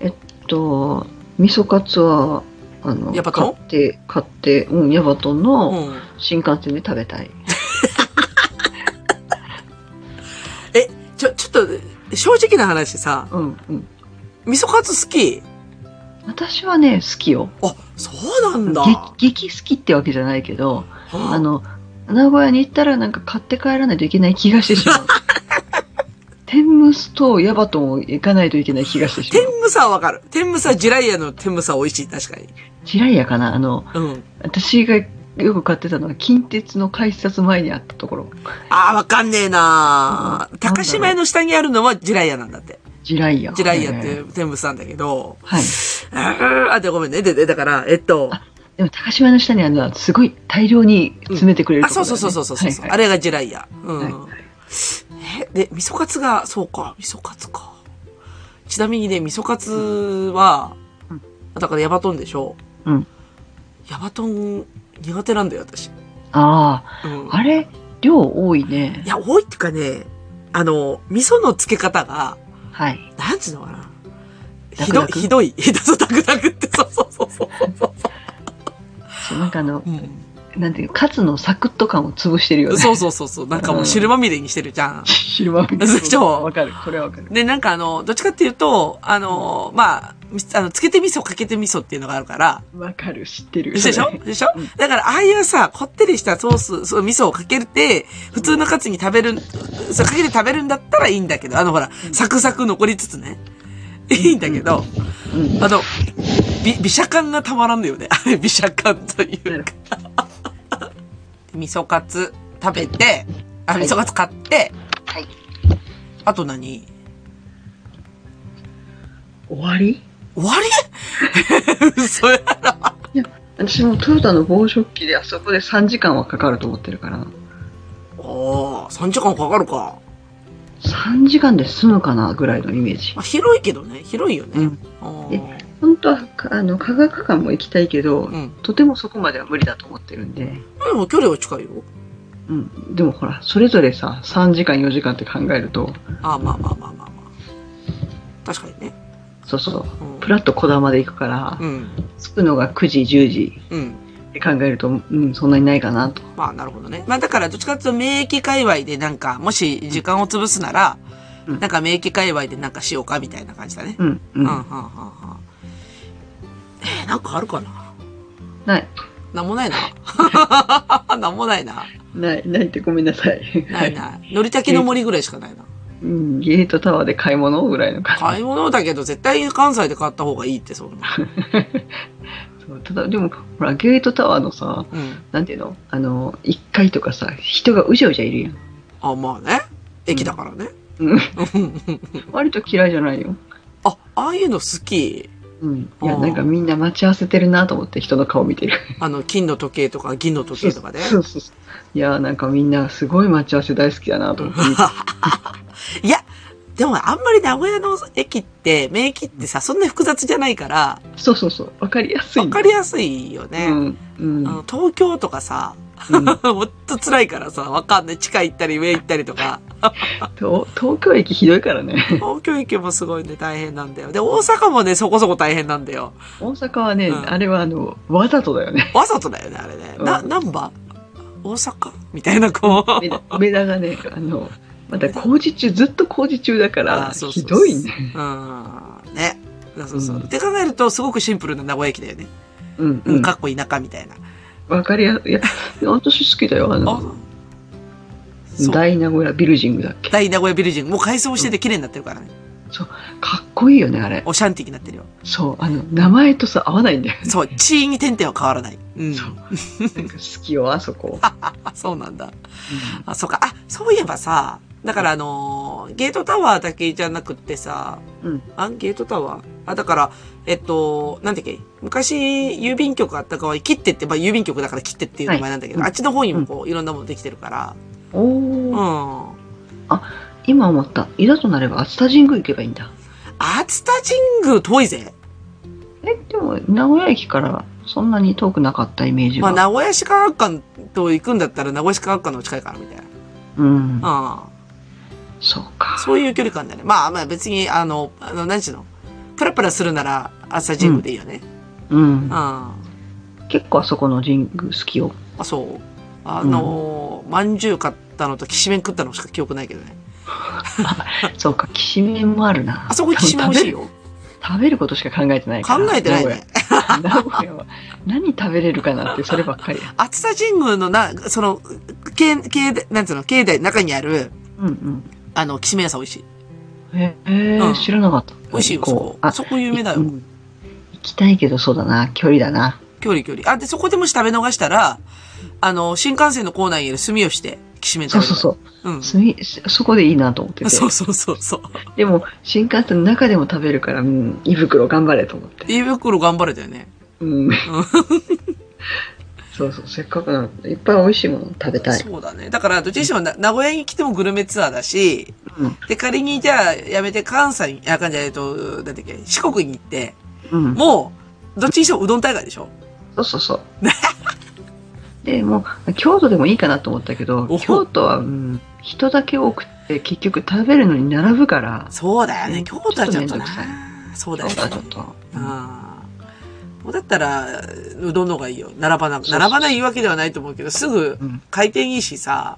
えっと、味噌カツは、あの、
ヤバトン
買って、買って、うん、ヤバトンの
うん。
新幹線で食べたい。
え、ちょ、ちょっと、正直な話さ、
うん、うん。
味噌カツ好き
私はね、好きよ。
あ、そうなんだ。
激、激好きってわけじゃないけど、
あ
あの、名古屋に行ったらなんか買って帰らないといけない気がして しまう。天むすとヤバトンを行かないといけない気がしてし
天
まう。
むさはわかる。天むさ、ジライアの天むさは美味しい。確かに。
ジライヤかなあの、
うん。
私がよく買ってたのは近鉄の改札前にあったところ。
ああ、わかんねえな
うん
高島屋の下にあるのはジライアなんだって。
ジライヤ。
ジライアっ
え
て
ー。
天むさなんだけど。
はい。
あーあ、で、ごめんね。で、で、だから、えっと、
でも高島屋の下にあるのはすごい大量に詰めてくれる
あ、
とこ
そ
ろ
う
だ
そう
よね、
そうそうそうそう、
はい
あ
はい
れがジライア。うん。
はい
え、で、味噌カツが、そうか、味噌カツか。ちなみにね、味噌カツは、
うん
だからヤバトンでしょ
うん。
ヤバトン苦手なんだよ、私。
あ
うん。
あ、あれ、量多いね
い。や、多いっていうかね、あの、味噌の漬け方が、
はい。
なんつうのかな。
ダ
ひ
ク
ど
ダ
い、
ク
ひどい。 ひどそう、ダクダクって、そうそうそうそうそう
そうなんかあの
う、ん。
なんていうか、カツのサクッと感を潰してるよね。
そうそうそうそう。なんかもう汁まみれにしてるじゃん。
知るわけ
そうそう
わかる。それはわかる。
で、なんかあの、どっちかっていうと、あの、まあ、みあの、つけて味噌、かけて味噌っていうのがあるから、
わかる。知ってる。
でしょでしょ
うん
だから、ああいうさ、こってりしたソース、そう味噌をかけて、普通のカツに食べる、そうかけて食べるんだったらいいんだけど、あの、ほら、サクサク残りつつね。いいんだけど、
うん。
あの、び、美写感がたまらんのよね。あれ、美写感というか。味噌カツ食べて、あ、
はい
味噌カツ買って、
はい。
あと何
終わり
終わり 嘘やろ。
私もトヨタの防食機であそこで3時間はかかると思ってるから、
おー、3時間かかるか。
3時間で済むかなぐらいのイメージ。
まあ、広いけどね。広いよ
う
ね。
ん。
お
え
ー
本当は、かあの、科学館も行きたいけど、
うん。
とてもそこまでは無理だと思ってるんで。
でも距離は近いよ。
うん。でもほら、それぞれさ、3時間4時間って考えると、
あまあまあまあまあまあ。確かにね。
そうそう。
うん
プラッと小玉で行くから、
うん。
着くのが9時、10時
うん。
って考えると、うん、そんなにないかなと。
まあ、なるほどね。まあ、だから、どっちかっていうと、免疫界隈でなんか、もし時間を潰すなら、
うん
なんか免疫界隈でなんかしようか、みたいな感じだね。
うん、う。
うんん、うん、うん、うん。えー、なんかあるかな
ない。
なんもない な。なんもないな。
ない、ないってごめんなさい。
ないない。乗りたけの森ぐらいしかないな。
うん、ゲートタワーで買い物ぐらいの感じ。
買い物だけど、絶対関西で買った方がいいって、そんな。
そうただ、でも、ほら、ゲートタワーのさ、
うん。
なんていうのあの、1階とかさ、人がうじゃうじゃいるやん。
あ、まあね。駅だからね。
うん。
うん。
割と嫌いじゃないよ。
あ、ああいうの好き。
うん。い
あ
や、
ー
なんかみんな待ち合わせてるなと思って人の顔見てる。
あの、金の時計とか銀の時計とか ね。
そうそうそう。いや、なんかみんなすごい待ち合わせ大好きだなと思って見て。
いや、でもあんまり名古屋の駅って、名駅ってさ、そんな複雑じゃないから、
そうそうそう。わかりやすい。
わかりやすいよ
う
ね。
ん。うん。
あの東京とかさ、
うん
もっと辛いからさ、わかんない。地下行ったり上行ったりと か、
と東京駅ひどいからね。
東京駅もすごいね、大変なんだよ。で、大阪もね、そこそこ大変なんだよ。
大阪はね、
うん
あれはあの、わざとだよね。
わざとだよね、あれね。な、
うん
ナンバ大阪みたいな、こう。
梅田梅田がね、あの、また工事中、ずっと工事中だか
あ
ら、
ーそうそう
ひ
そう
どいね。
うん。ね。そうそう。
うん
って考えると、すごくシンプルな名古屋駅だよね。
うん、
う、
うんん。
かっこ田舎みたいな。
わかりやすい。いや、私好きだよ。あ
あ
の、
そう
大名古屋ビルジングだっけ。
大名古屋ビルジング。もう改装してて綺麗になってるからね。
かっこいいよね、あれ。
おシャンティーになってるよ。
そう、あの、名前とさ、合わないんだよね。
そう、地位に点々は変わらない。うん。
そうなんか好きよ、あそこ。
あ、そうなんだ。あ、そうか。あ、そういえばさ、だからあのーゲートタワーだけじゃなくってさ、
うん
あ、ゲートタワーあ、だから、えっと、なんだっけ、昔、郵便局あった側に切ってって、まあ郵便局だから切ってっていう名前なんだけど、
はい
あっちの方にもこう、いろんなものできてるから、
うん、
う
おお、
ん。
今思った。いざとなれば熱田神宮行けばいいんだ。
熱田神宮遠いぜ。
え、でも、名古屋駅からそんなに遠くなかったイメージ
まあ、
が。
名古屋市科学館と行くんだったら、名古屋市科学館の方が近いから、みたい
うん。
な。うん。
そうか。
そういう距離感だね。まあまあ別に、あの、あの、何ちゅうのプラプラするなら、朝神宮でいいよね。
うん
うん。。あ
結構あそこの神宮好きよ。
そう。あのー、まんじゅう買ったのと、きしめん食ったのしか記憶ないけどね。
そうか、きしめんもあるな。
あそこきしめん美味しい
よ。
よ。
食べることしか考えてないか
考
ら。
えてないね。
名古屋。名古屋は何食べれるかなって、そればっかりや。
熱田神宮のな、その、境、境内、なんつうの、境内の中にある、
うん
あの、きしめん屋さん美味しい。
うん。へえ、
うん
知らなかった。
美味しいよ、そこ
う。あ、
そこ有名だよ。
うん行きたいけど、そうだな。距離だな。
距離距離。あ、で、そこでもし食べ逃したら、あの、新幹線の構内にいる炭をして、きしめん食
そ
べる。
うそうそう。
う。うん。
すみ、そこでいいなと思ってて。
そうそうそうそう。
でも、新幹線の中でも食べるから、うん、胃袋頑張れと思って。
胃袋頑張れたよね。
うん。 そうそう、せっかくなの。いっぱい美味しいもの食べたい。
そうだね。だから、どっちにしてもな、名古屋に来てもグルメツアーだし、
うん
で、仮にじゃあ、やめて関西に、あ、関西、えっと、なんだっけ、四国に行って、
うん。
もう、どっちにしてもうどん大会でしょ
そうそ うそう。でもう京都でもいいかなと思ったけど
お
京都は、うん、人だけ多くて結局食べるのに並ぶから
そうだよ
う
ね。
ん
京都はちょっ
ち
と
ょっと面倒
な
くさい。
そうだ
京
よ
都はちょ
ね
っ。と、
ああ。もうだったら、うどんの方がいいよ。並ばな、
そうそう
並ばないわけではないと思うけど、すぐ
うん、も
回転いいしさ、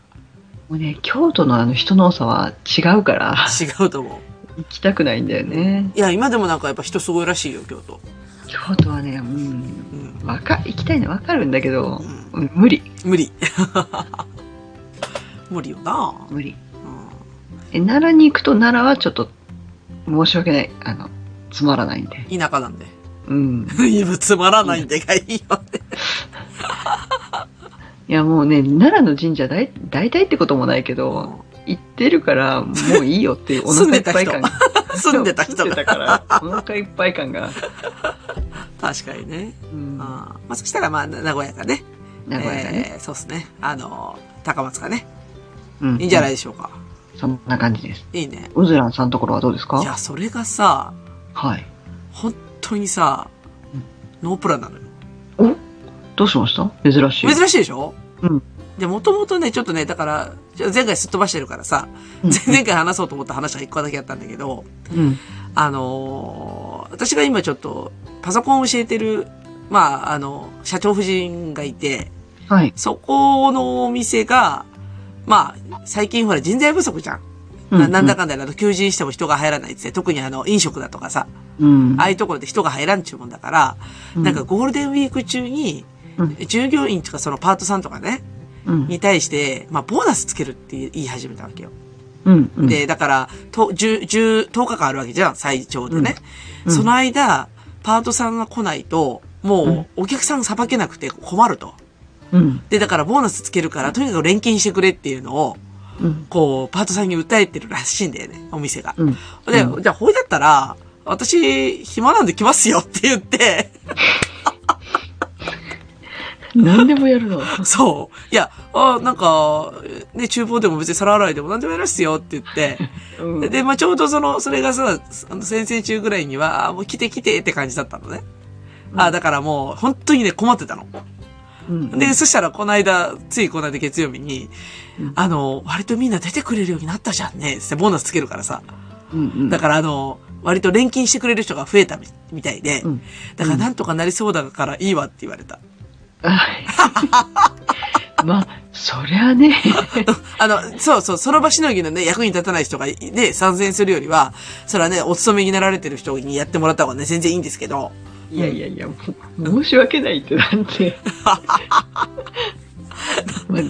うね京都のあの人の多さは違うから
違うと思う。
行きたくないんだよね
いや、今でもなんかやっぱ人すごいらしいよ、京都。
京都はねうん
うん。
わか行きたいのわかるんだけど
う、ん
うん、無理
無理。 無理よな。
無理
うん
え奈良に行くと奈良はちょっと申し訳ないあのつまらないんで
田舎なんで。
うん
いやつまらないんでがいいよね。
いやもうね、奈良の神社大大体ってこともないけど、行ってるからもういい よっていうお
住んで
腹いったぱい
人
感が。
住んでた人
住ん
が。
でたから、お腹いっぱい感が。
確かにね。
うん、名
あーまあ、そしたら、まあ、名古屋かね。
古屋だね。
えーそうですね。あの、高松かね。
うん
いいんじゃないでしょうか。
そんな感じです。
いいね。
うずらんさんのところはどうです
い
か
や、それがさ、
はい。
本当にさ、ノープランなのよ。
どうしました珍しい。
珍しいでしょ
うん。
で、もともとね、ちょっとね、だから、ちょ前回すっ飛ばしてるからさ、
うん
前回話そうと思った話が一個だけあったんだけど、
うん。
あのー私が今ちょっと、パソコンを教えてる、まあ、あの、社長夫人がいて、
はい。
そこのお店が、まあ、最近ほら人材不足じゃん。
う
ななんだ。かんだで あの求人しても人が入らないっつって、特にあの、飲食だとかさ、
うん。
ああいうところで人が入らんちゅうもんだから、なんか、ゴールデンウィーク中に
うん、
従業員とかそのパートさんとかね、
うん。
に対して、まあ、ボーナスつけるって言い始めたわけよ。
うん。うん、
で、だから、と、10、10、10日間あるわけじゃん、最長でね。
うん
その間、パートさんが来ないと、もう、お客さんさばけなくて困ると。
うん。
で、だからボーナスつけるから、とにかく連勤してくれっていうのを、
うん。
こう、パートさんに訴えてるらしいんだよね、お店が。
うん。
で
う、
じゃあ、ほいだったら、私、暇なんで来ますよって言って、
何でもやるの。
そう。いや、あなんか、ね、厨房でも別に皿洗いでも何でもやりますよって言って、
うん。
で、まあ、ちょうどその、それがさ、あの先々週ぐらいには、あもう来て来てって感じだったのね。あだからもう、本当にね、困ってたの。
うん、
で、そしたら、この間、ついこの間月曜日に
うん、
あの、割とみんな出てくれるようになったじゃんね、つってボーナスつけるからさ。
うんうん、
だから、あの、割と錬金してくれる人が増えたみみたいで
う、ん。
だからなんとかなりそうだからいいわって言われた。
はい。まあ、そりゃね。
あの、そうそう、その場しのぎのね、役に立たない人がね、参戦するよりは、それはね、お勤めになられてる人にやってもらった方がね、全然いいんですけど、
いやいやいや、もう申し訳ないってなん て。まあ、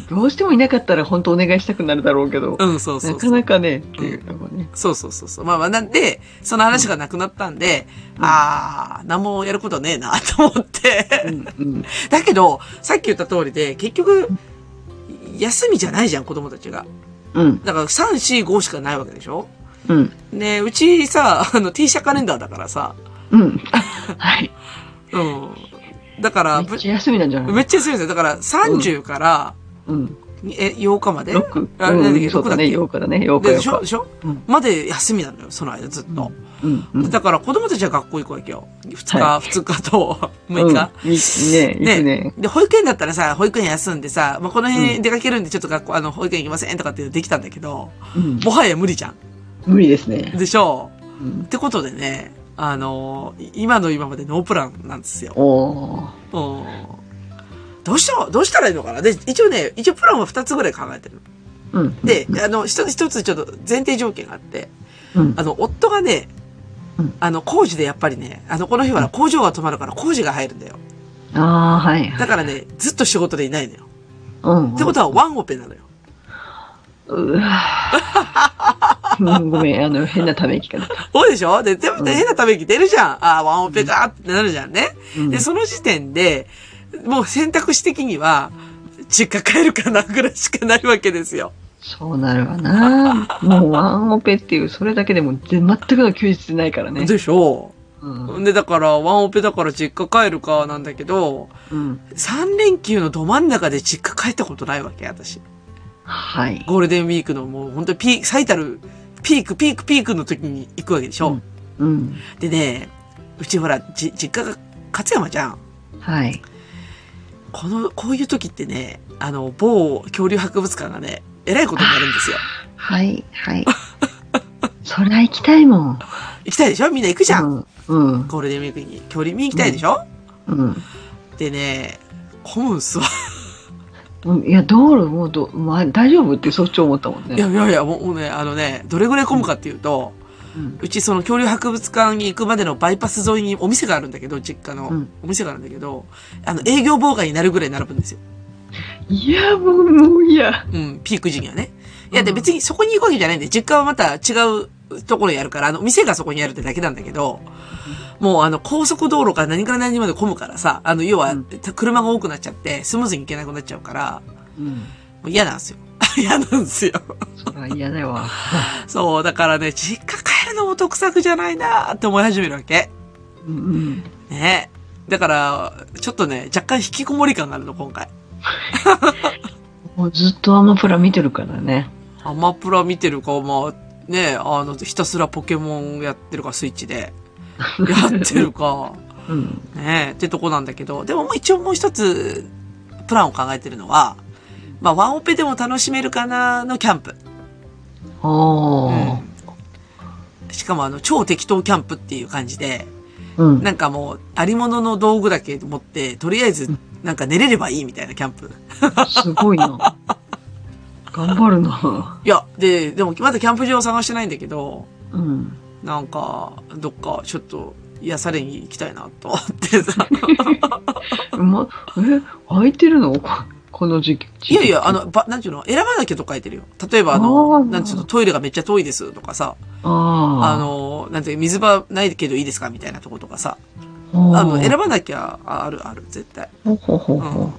どうしてもいなかったら本当お願いしたくなるだろうけど、
うん、そうそうそう
なかなかね、っていうのもね。
そうそうそうそう。まあまあ、なんで、その話がなくなったんで、
うん
ああ、何もやることねえな、と思って。
うんうん
だけど、さっき言った通りで、結局、休みじゃないじゃん、子供たちが。
うん
だから、3、4、5しかないわけでしょ
うん
ねうちさ、あの、T 社カレンダーだからさ、
うん。はい。
うん。だから、
め
ぶ
っちゃ休みなんじゃな
め
い
っちゃ休みですよ。だから、30から、
うん。
え、8日まで
六
あれなんだっけ
うん、そうだね、
六
8日だね、8日
ででしょ
8
で
日。
しょ、
うん
まで休みなのよ、その間ずっと。
うんうん。
だから、子供たちは学校行くわけよ。2日、
は
2日と6日。
うんみね、行くね。
で、保育園だったらさ、保育園休んでさ、まあ、この辺出かけるんで、ちょっと学校、あの、保育園行きませんとかっていうのできたんだけど、
うん
もはや無理じゃん。
無理ですね。
でしょう
うん
ってことでね、あの、い今の今までノープランなんですよ。
おー。
うん。どうした、どうしたらいいのかなで、一応ね、一応プランは2つぐらい考えてる。
うん。
で、あの、一つ一つちょっと前提条件があって、
うん、
あの、夫がね
うん、
あの、工事でやっぱりね、あの、この日は工場が止まるから工事が入るんだよ。
ああ、はい。
だからね、ずっと仕事でいないのよ。
うん。
ってことはワンオペなのよ。
うわぁうんごめん、あの、変なため息が出た。
そうでしょで、でも
うん
ね変なため息出るじゃん。ああ、ワンオペかってなるじゃんね。
うん
で、その時点で、もう選択肢的には、実家帰るかなぐらいしかないわけですよ。
そうなるわなもうワンオペっていう、それだけでも全全くの休日ないからね。
でしょ
うん。
で、だから、ワンオペだから実家帰るかなんだけど、
うん。
3連休のど真ん中で実家帰ったことないわけ、私。
はい。
ゴールデンウィークのもう本当にピーク、最たるピーク、ピーク、ピークの時に行くわけでしょ、
うんうん。
でね、うちほら、じ、実家が勝山じゃん。
はい。
この、こういう時ってね、あの、某恐竜博物館がね、えらいことになるんですよ。
はい。 はい。そりゃ行きたいもん。
行きたいでしょみんな行くじゃん。
うん。うん。
ゴールデンウィークに恐竜見に行きたいでしょ、
うん。
でね、混むんすわ。
うんいや、道路もうど、まあ、大丈夫ってそっち思ったもん
いや
ね。
いやいや、もうもうね、あのね、どれぐらい混むかっていうと、
うん。
うちその恐竜博物館に行くまでのバイパス沿いにお店があるんだけど、実家の、
うん
お店があるんだけど、あの、営業妨害になるぐらい並ぶんですよ。
いや、もう、もういや。
うん、ピーク時にはね。いや、で別にそこに行くわけじゃないんで、実家はまた違うところやるから、あの、店がそこにあるってだけなんだけど、もうあの、高速道路から何から何まで混むからさ、あの、要は、
うん
車が多くなっちゃって、スムーズに行けなくなっちゃうから、
うん。
もう嫌なんですよ。 嫌なんですよ。
それは嫌だわ。
そう、だからね、実家帰るのも得策じゃないなーって思い始めるわけ。
うんうん。
ねだから、ちょっとね、若干引きこもり感があるの、今回。
もうずっとアマプラ見てるからね。
アマプラ見てるか、まあ、ねあの、ひたすらポケモンやってるか、スイッチで。やってるか、
うん。
ねってとこなんだけど、でももう一応もう一つ、プランを考えてるのは、まあ、ワンオペでも楽しめるかなのキャンプ。
お
う
ー。
んしかもあの、超適当キャンプっていう感じで、
うん。
なんかもう、ありものの道具だけ持って、とりあえず
うん、
なんか寝れればいいみたいなキャンプ。
すごいな。頑張るな。
いや、で、でもまだキャンプ場を探してないんだけど、
うん。
なんか、どっかちょっと癒されに行きたいなと思ってさ。
ま、え、空いてるのここの時期。
いやいや、あの、ば、なんていうの選ばなきゃと書いてるよ。例えばあ
あ
の、
ー
なんていうのトイレがめっちゃ遠いですとかさ、あ
あ
の、なんていう水場ないけどいいですかみたいなとことかさ。
ー、あの
あの、選ばなきゃ、ああるある、絶対。
ほうほうほう
う
ほ
ん。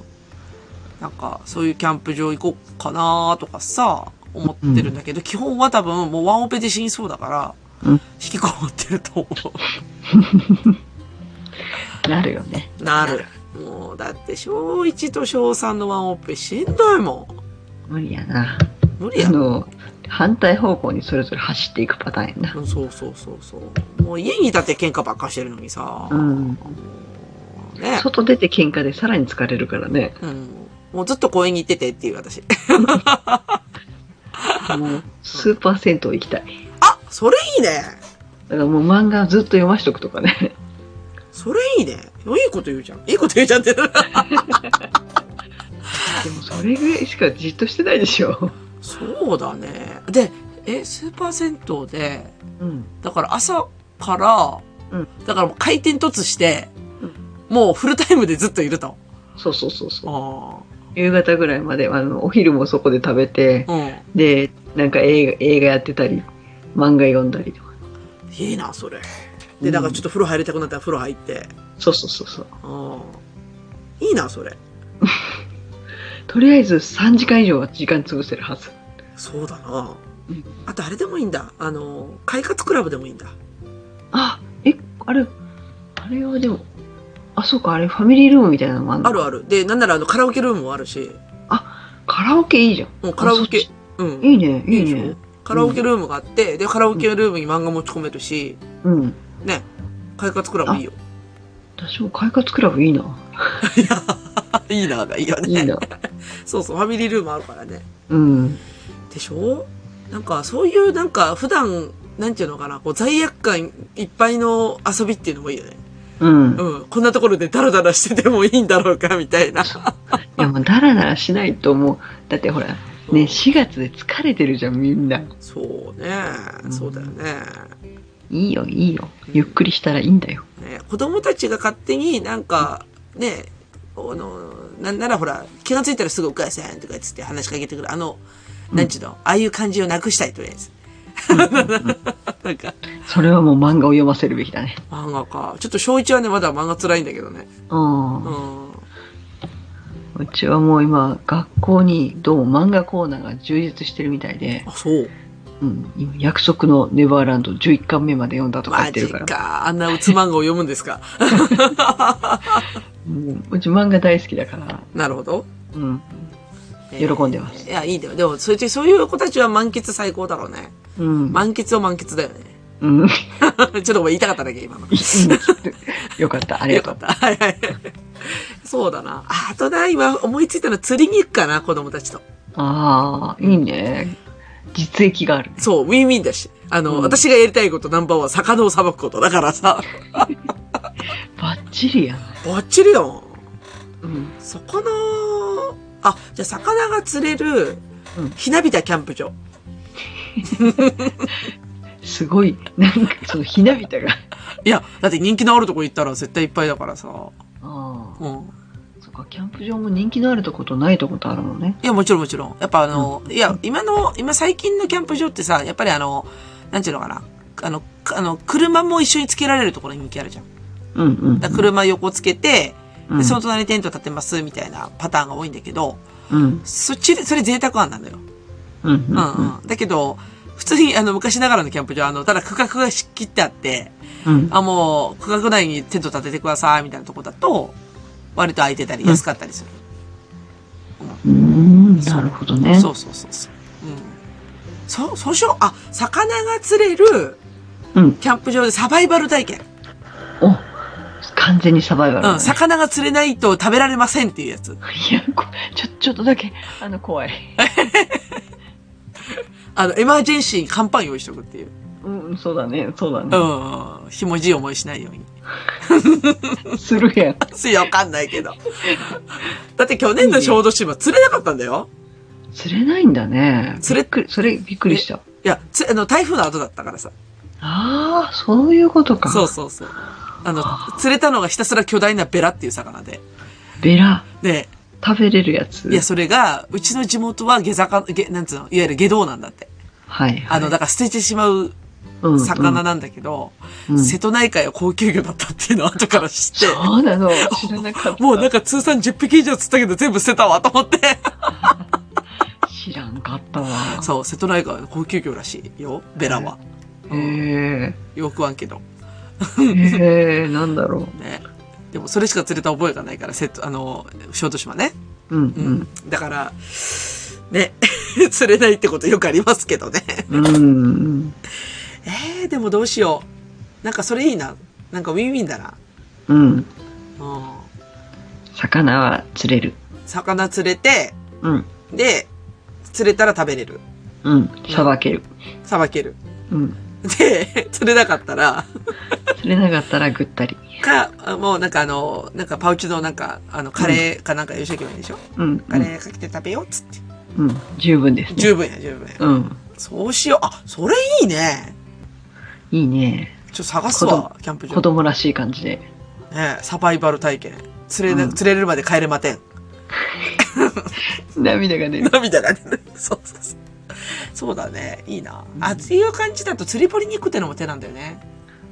なんか、そういうキャンプ場行こうかなとかさ、思ってるんだけど、基本は多分もうワンオペで死にそうだから、
うん
引きこもってると思う。
う。なるよね。
なる。もう、だって、小1と小3のワンオペしんどいも
無理やな。
ん。無理や
あ
ん。
の、反対方向にそれぞれ走っていくパターンや
う
な。
んそうそうそうそう。もう家にいたって喧嘩ばっかしてるのにさ。
う
も
ん。
うね。
外出て喧嘩でさらに疲れるからね。
うん。もうずっと公園に行っててっていう私。
もう、スーパー銭湯行きたい。
あそれいいね
だからもう漫画ずっと読ましとくとか ね。
それいいねいいこと言うじゃん。いいこと言うじゃんって。
でもそれぐらいしかじっとしてないでしょ。
そうだね。で、え、スーパー銭湯で、
うん。
だから朝から、
うん
だからもう回転突して、
うん
もうフルタイムでずっといると。
そうそうそうそう。
あ
夕方ぐらいまで、あの、お昼もそこで食べて
あ。、うん。
で、なんか映画映画やってたり、漫画読んだりとか。
いいな、それ。
う
で、
ん
だからちょっと風呂入りたくなったら風呂入って。
そうそうそうそう。
うん。いいな、それ。
とりあえず3時間以上は時間潰せるはず。
そうだな
うん。
あとあれでもいいんだ。あの、快活クラブでもいいんだ。
あ、え、あれ、あれはでも、あ、そうか、あれファミリールームみたいなのもあるの
あるある。で、なんならあの、カラオケルームもあるし、
カラオケいいじゃん。
もうカラオ
あ
ケ
そっち、
うん。
いいね、いい
でしょ
ね。
カラオケルームがあって、で、カラオケルームに漫画持ち込めるし、
うん。
ね、快活クラブいいよ。
私も快活クラブいいな。
いや、いいな、いいよ
い いな。
そうそう、ファミリールームあるからね。
うん。
でしょなんか、そういう、なんか、普段、なんていうのかな、こう、罪悪感いっぱいの遊びっていうのもいいよね。
うん。い
うん。こんなところでダラダラしててもいいんだろうか、みたいな。
や、もうダラダラしないと思う。だってほら、ね、
うん
4月で疲れてるじゃん、みんな。
そうね。
うん
そうだよね。
いいよ、いいよ。ゆっくりしたらいいんだよ。
ね子供たちが勝手になんか、ね、あの、なんならほら、気がついたらすぐお母さんとかつって話しかけてくる。あの、なんちゅうの、ああいう感じをなくしたい、とりあえず。なんか、
それはもう漫画を読ませるべきだね。
漫画か。ちょっと小一はね、まだ漫画辛いんだけどね。
うん
う。ん。
うちはもう今、学校にどうも漫画コーナーが充実してるみたいで、
あ、そう。
うん、今約束のネバーランド11巻目まで読んだとか言
マ
ってる
ジ
から。
か。あんなうつ漫画を読むんですか。
うんうち漫画大好きだから、
なるほど。
うん、
え
喜
ー
んでます。
いや、いいんだよ。でも、そういうそういう子たちは満喫最高だろうね。
うん。
満喫を満喫だよね。
うん。
ちょっと俺言いたかっただけ、今の。
よかった、あり
よ
が
か
と
っ
う。
た。はいはい。そうだな。ああとな、今思いついたのは釣りに行くかな、子供たちと。
ああ、いいね。実益がある。
そう、ウィンウィンだし。あの、
うん
私がやりたいことナンバーワン、魚をさばくこと。だからさ、
バッチリやん。
ばっちりだもん。
うん。
魚、あ、じゃあ魚が釣れる
うん、
ひなびたキャンプ場。
すごい、なんかそのひなびたが。
いや、だって人気のあるとこ行ったら絶対いっぱいだからさ。
ああ、
うん。
そっか、キャンプ場も人気のあるとことないとことあるもんね。
いや、もちろんもちろん。やっぱあの、いや、今の、今最近のキャンプ場ってさ、やっぱりあの、なんていうのかな。あの、あの、車も一緒につけられるところ人気あるじゃん。
うんうん。
だから車横つけて、
う
で
ん
その隣にテント立てます、みたいなパターンが多いんだけど、
うん
そっちで、それ贅沢案なのよ。
うんうん
う
うんん
うん。だけど、普通に、あの、昔ながらのキャンプ場、あの、ただ区画が仕切ってあって、
うん
あ、もう、区画内にテント立ててください、みたいなとこだと、割と空いてたり安かったりする。
うんなるほどね。
そうそうそうそう。うん。そ、そうしよう。あ、魚が釣れる
うん。
キャンプ場でサバイバル体験。
お、完全にサバイバルだね。
うん。魚が釣れないと食べられませんっていうやつ。
いや、こちょ、ちょっとだけ、あの、怖い。
あの、エマージェンシーに乾パン用意しとくっていう。
うん、そうだね、そうだ
う
ね。
んうん。ひもじい思いしないように。
するやん。
すいわかんないけど。だって去年の小豆島釣れなかったんだよ。
釣れないんだね。
釣れ
びっくりそれ、びっくりした。
いや、つ、あの、台風の後だったからさ。
ああ、そういうことか。
そうそうそう。あの、釣れたのがひたすら巨大なベラっていう魚で。
ベラ、
で、
食べれるやつ。
いや、それが、うちの地元は下魚、下、なんつうの、いわゆる下道なんだって。
はい、はい。
あの、だから捨ててしまう
うん
魚、なんだけど、
うんうん
瀬戸内海は高級魚だったっていうのを後から知って、
そう なの。知らなかった。
もうなんか通算10匹以上釣ったけど全部捨てたわと思って。
知らんかったわ。
そう、瀬戸内海は高級魚らしいよ、ベラは。
へえ。
よくわんけど。
へえ、なんだろ
ね。でもそれしか釣れた覚えがないから、瀬戸、あの、小豆島ね。
う。うん、
うん。だから、ね、 釣れないってことよくありますけどね。
うん。うん。
えー、でもどうしよう。なんかそれいいな。なんかウィンウィンだな。
うん。
うん。
魚は釣れる。
魚釣れて、
うん。
で、釣れたら食べれる。
うん。さばける。
さばける。
うん。
で、釣れなかったら、
釣れなかったらぐったり。
か、あもうなんかあの、なんかパウチのなんか、あの、カレーかなんか用意しとけばいいんでしょ、
うん。
カレーかけて食べようっつって。
うん。うん。十分ですね。
十分や、十分や。
うん。
そうしよう。あ、それいいね。
いいね。
ちょっと探すわ、キャンプ場。
子供らしい感じで。
ねサバイバル体験。釣れな、
うん
釣れるまで帰れません。
涙が 出る。
涙が出る。そうそうそう。そうだね。いいな。あ、っていう感じだと釣り堀に行くってのも手なんだよね。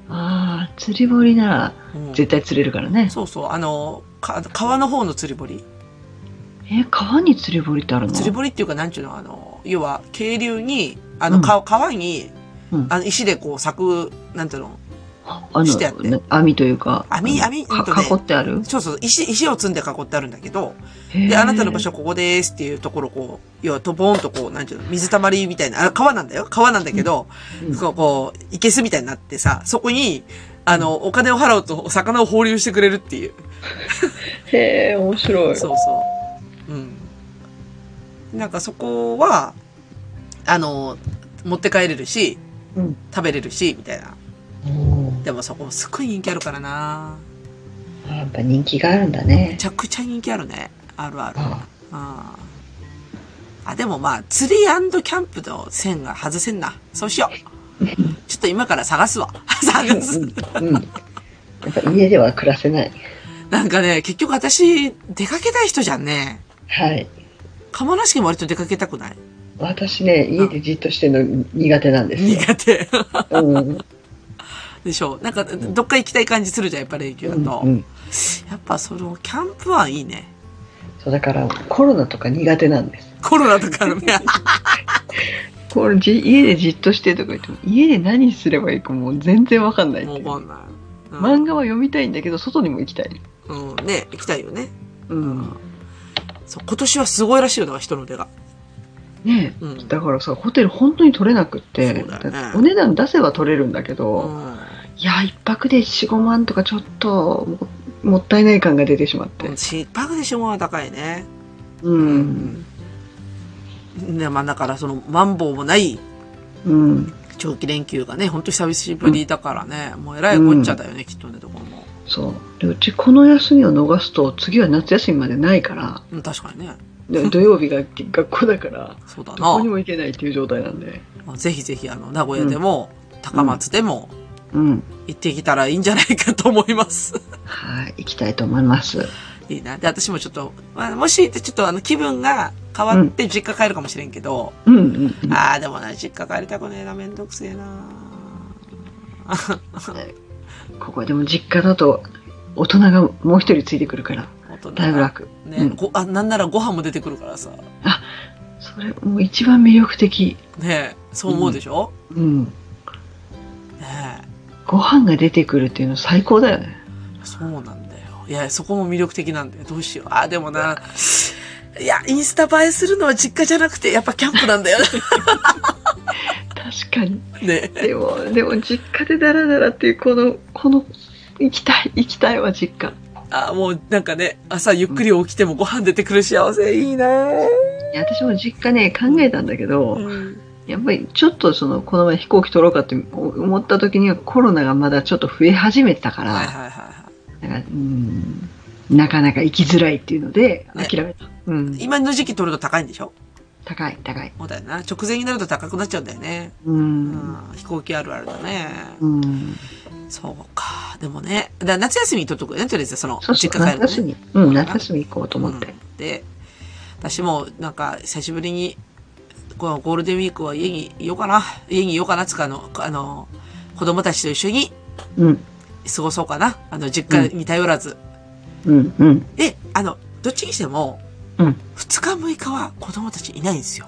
ああ、釣り堀なら
うん、
絶対釣れるからね。
そうそう。あの、か川の方の釣り堀。
え、川に釣り堀ってあるの
釣り堀っていうか、なんちゅうの、あの、要は、渓流に、あの、
うん
か川に、
うん
あの石でこう、柵、なんていうの、
あ
してあって
の、な網というか。
網
あの
網うんと
か
ね
囲ってある
そうそう、石、石を積んで囲ってあるんだけど、
で
で、あなたの場所はここですっていうところをこう、要は、とぼーんとこう、なんちゅうの、水たまりみたいな、あ川なんだよ。川なんだけど、
うん
こう、こう、いけすみたいになってさ、そこに、あの、お金を払うと、お魚を放流してくれるっていう。
へえ、面白い。
そうそう。うん。なんかそこは、あの、持って帰れるし、
うん
食べれるし、みたいな。
お
でもそこもすっごい人気あるからな。
ーやっぱ人気があるんだ
め
ね。
ちゃくちゃ人気あるね。あるある。
あ
ああ、でもまあ、釣りキャンプの線が外せんな。そうしよう。ちょっと今から探すわ。 探す。
うん。うんやっぱ家では暮らせない。
なんかね、結局私、出かけたい人じゃんね。
はい。
釜梨県割と出かけたくない
私ね、家でじっとしてるの苦手なんですよ。
苦手。
うん。
でしょなんか、どっか行きたい感じするじゃん、やっぱり影響だと。
うん。
やっぱその、キャンプはいいね。
そう、だからコロナとか苦手なんです。
コロナとかの ね。
これじ家でじっとしてとか言っても家で何すればいいかもう全然わかんない
もうわかんない。うん
漫画は読みたいんだけど外にも行きたい
うん、ね、行きたいよね。
うん
そう、今年はすごいらしいよ、だから人の出が。
ね
うん。
えだからさホテル本当に取れなくって
そうだよね
だってお値段出せば取れるんだけ
う
ど、
ん
いや一泊で45万とかちょっとももったいない感が出てしまって
うん、失敗でしょもは高いね。
う
うんね、まあだからその、マンボウもない
うん
長期連休がね、ほんと久しぶりだからね、もうえらいこっちゃだよね、きっとね、どこも。
そうでうちこの休みを逃すと次は夏休みまでないから
うん、確かにね。
で土曜日が学校だから
そうだ
どこに
な。
も行けないっていう状態なんで
ぜひぜひ、あの、名古屋でも、高松でも、
うん
行ってきたらいいんじゃないかと思います。
はい行きたいと思います
いいな。で、私もちょっと、まあ、もし、ちょっとあの、気分が変わって実家帰るかもしれんけど、
うんうんうん
ああ、でもな、実家帰りたくねえな、めんどくせえな。
ここはでも実家だと大人がもう一人ついてくるから、
大人
だいぶ楽。
ね、
うん
ごあなんならご飯も出てくるからさ
それもう一番魅力的。
ねそう思うでしょ、
うん。
ね
ご飯が出てくるっていうの最高だよね。
そうなんだよいやそこも魅力的なんだよどうしようあでもないやインスタ映えするのは実家じゃなくてやっぱキャンプなんだ よ
確かに。
ね
でも、でも実家でダラダラっていうこの、この、行きたい、行きたいは実家。
あもうなんかね朝ゆっくり起きてもご飯出てくる幸せいいね、
いや、私も実家ね、考えたんだけど、
うん、
やっぱりちょっとその、この前飛行機取ろうかって思った時にはコロナがまだちょっと増え始めてたから、
はいはいはいは
なんかうんなかなか行きづらいっていうので、
ね
諦めた。うん
い。今の時期取ると高いんでしょ
高い、高い。
そうだよな直前になると高くなっちゃうんだよね、
う。
うんん、飛行機あるあるだね、
うん。
そうかでもねだから夏休みに取っとくよねとりあえずその
そうそう、
実家帰
夏
るのね
休み。うん、夏休み行こうと思って。
うんで私もなんか久しぶりにこのゴールデンウィークは家にいようかな家にいようかなつうかあのあの子供たちと一緒に
うん。
過ごそうかなあの実家に頼らず、
うん、うん。
であのどっちにしても、
うん
2日6日は子供たちいないんですよ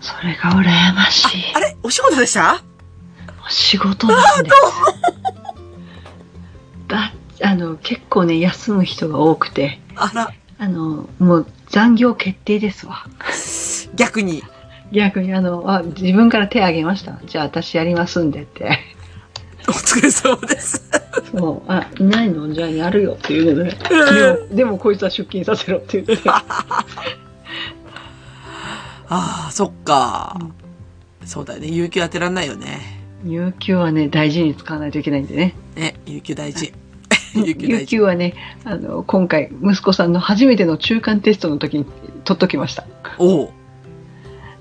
それが羨ましい。
あれお仕事でした
仕事なんです。だあの結構ね休む人が多くて
あら
あのもう残業決定ですわ
逆に
逆にあのあ自分から手挙げましたじゃあ私やりますんでって
お疲れ様です
そうあいないのじゃあやるよっていうのででもでもこいつは出勤させろって言って
ああそっか、そうだよね有給当てらんないよね
有給はね大事に使わないといけないんでね
ね有給大事 有給
有
大事
給はねあの今回息子さんの初めての中間テストの時に取っときました
おう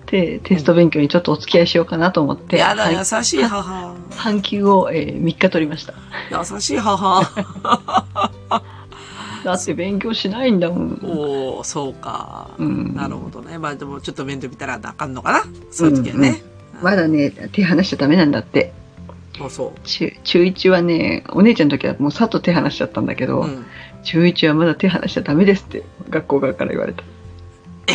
でテスト勉強にちょっとお付き合いしようかなと思って
やだ
はい
優しい 母
半休を、え3日取りました。
優しい母
だって勉強しないんだもん。
おおそうか、
うん
なるほどねまあでもちょっと面倒見たらあかんのかなそういう時はね、
まだね、手離しちゃダメなんだって。
そうそ
中中1はね、お姉ちゃんの時はもうさっと手離しちゃったんだけど、
う、うん、
中1はまだ手離しちゃダメですって学校側から言わ れた。
え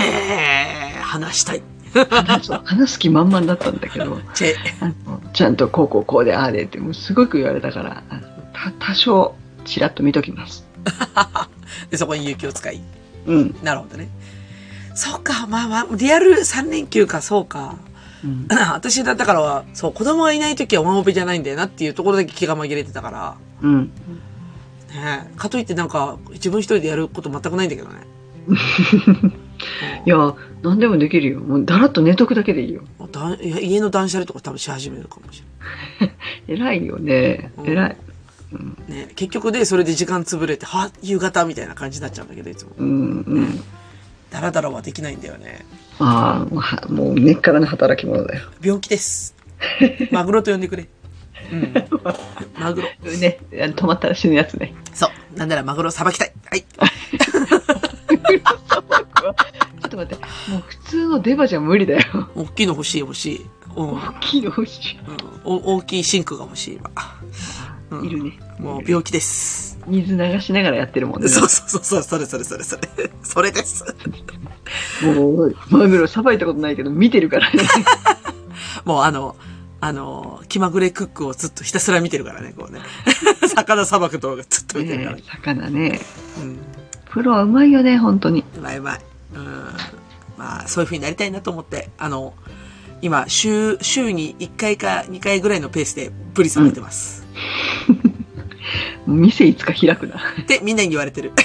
えー、話したい
話す話す気満々だったんだけど、
チェ
あのちゃんとこうこうこうでああでってもうすごく言われたから、あのた多少ちらっと見ときます。
でそこに有給を使い
うん。
なるほどねそうかまあまあリアル3連休かそうか
うん、
私だったからはそう子供がいない時はワンオペじゃないんだよなっていうところだけ気が紛れてたから
うん。
ねえかといってなんか自分一人でやること全くないんだけど ね
いや、何でもできるよ。もうだらっと寝とくだけでいいよ。
うんだいや家の断捨離とか多分し始めるかもしれない
偉いよね。偉い。
ね、結局でそれで時間潰れて、は夕方みたいな感じになっちゃうんだけど、いつも。
うん、うん。
ダラダラはできないんだよね。
ああもうは、もう根っからの働き者だよ。
病気です。マグロと呼んでくれ。うん。マグロ。
ね、止まったら死ぬやつね。
そう。なんならマグロさばきたい。はい。
ちょっと待って、もう普通のデバじゃ無理だよ。
大きいの欲しい、欲しい。うん。うん
大きいの欲し
お大きいシンクが欲しい、今。うん
い。いるね。
もう病気です。
水流しながらやってるもんね。
そうそうそう、そうそれそれそれそれ。それです。
もう、マグロさばいたことないけど、見てるからね。
もうあの、あの、気まぐれクックをずっとひたすら見てるからね、こうね。 魚さばく動画ずっと見てるから
ね。魚ね。
うん。
プロはうまいよね、本当に。
うまいうまい。うん。まあ、そういう風になりたいなと思って、あの、今、週、週に1回か2回ぐらいのペースでブリさばいてます。
店いつか開くな。
ってみんなに言われてる。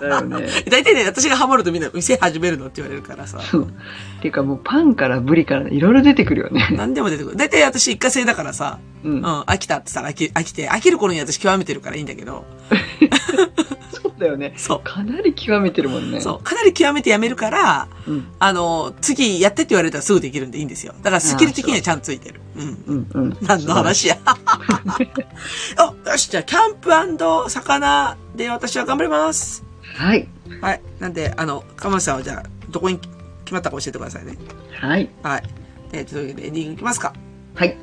だよね。
大体ね、私がハマるとみんな店始めるのって言われるからさ。
そう。っていうかもうパンからブリからいろいろ出てくるよね。
何でも出てくる。大体私一過性だからさ、
う。
うんん、飽きたって言ったら飽き飽きて、飽きる頃に私極めてるからいいんだけど、
そうだよね。
そ
かなり極めてるもんね。
う。そう。かなり極めてやめるから、
うん。
あの、次やってって言われたらすぐできるんでいいんですよ。だからスキル的にはちゃんとついてる。うん。
うんうん。
何の話 や。あ、よし、じゃあ、キャンプ魚で私は頑張ります。
はい。
はい。なんで、あの、鎌田さんはじゃあ、どこに決まったか教えてくださいね。
はい。
はい。えーというわけで、エンディングいきますか。
はい。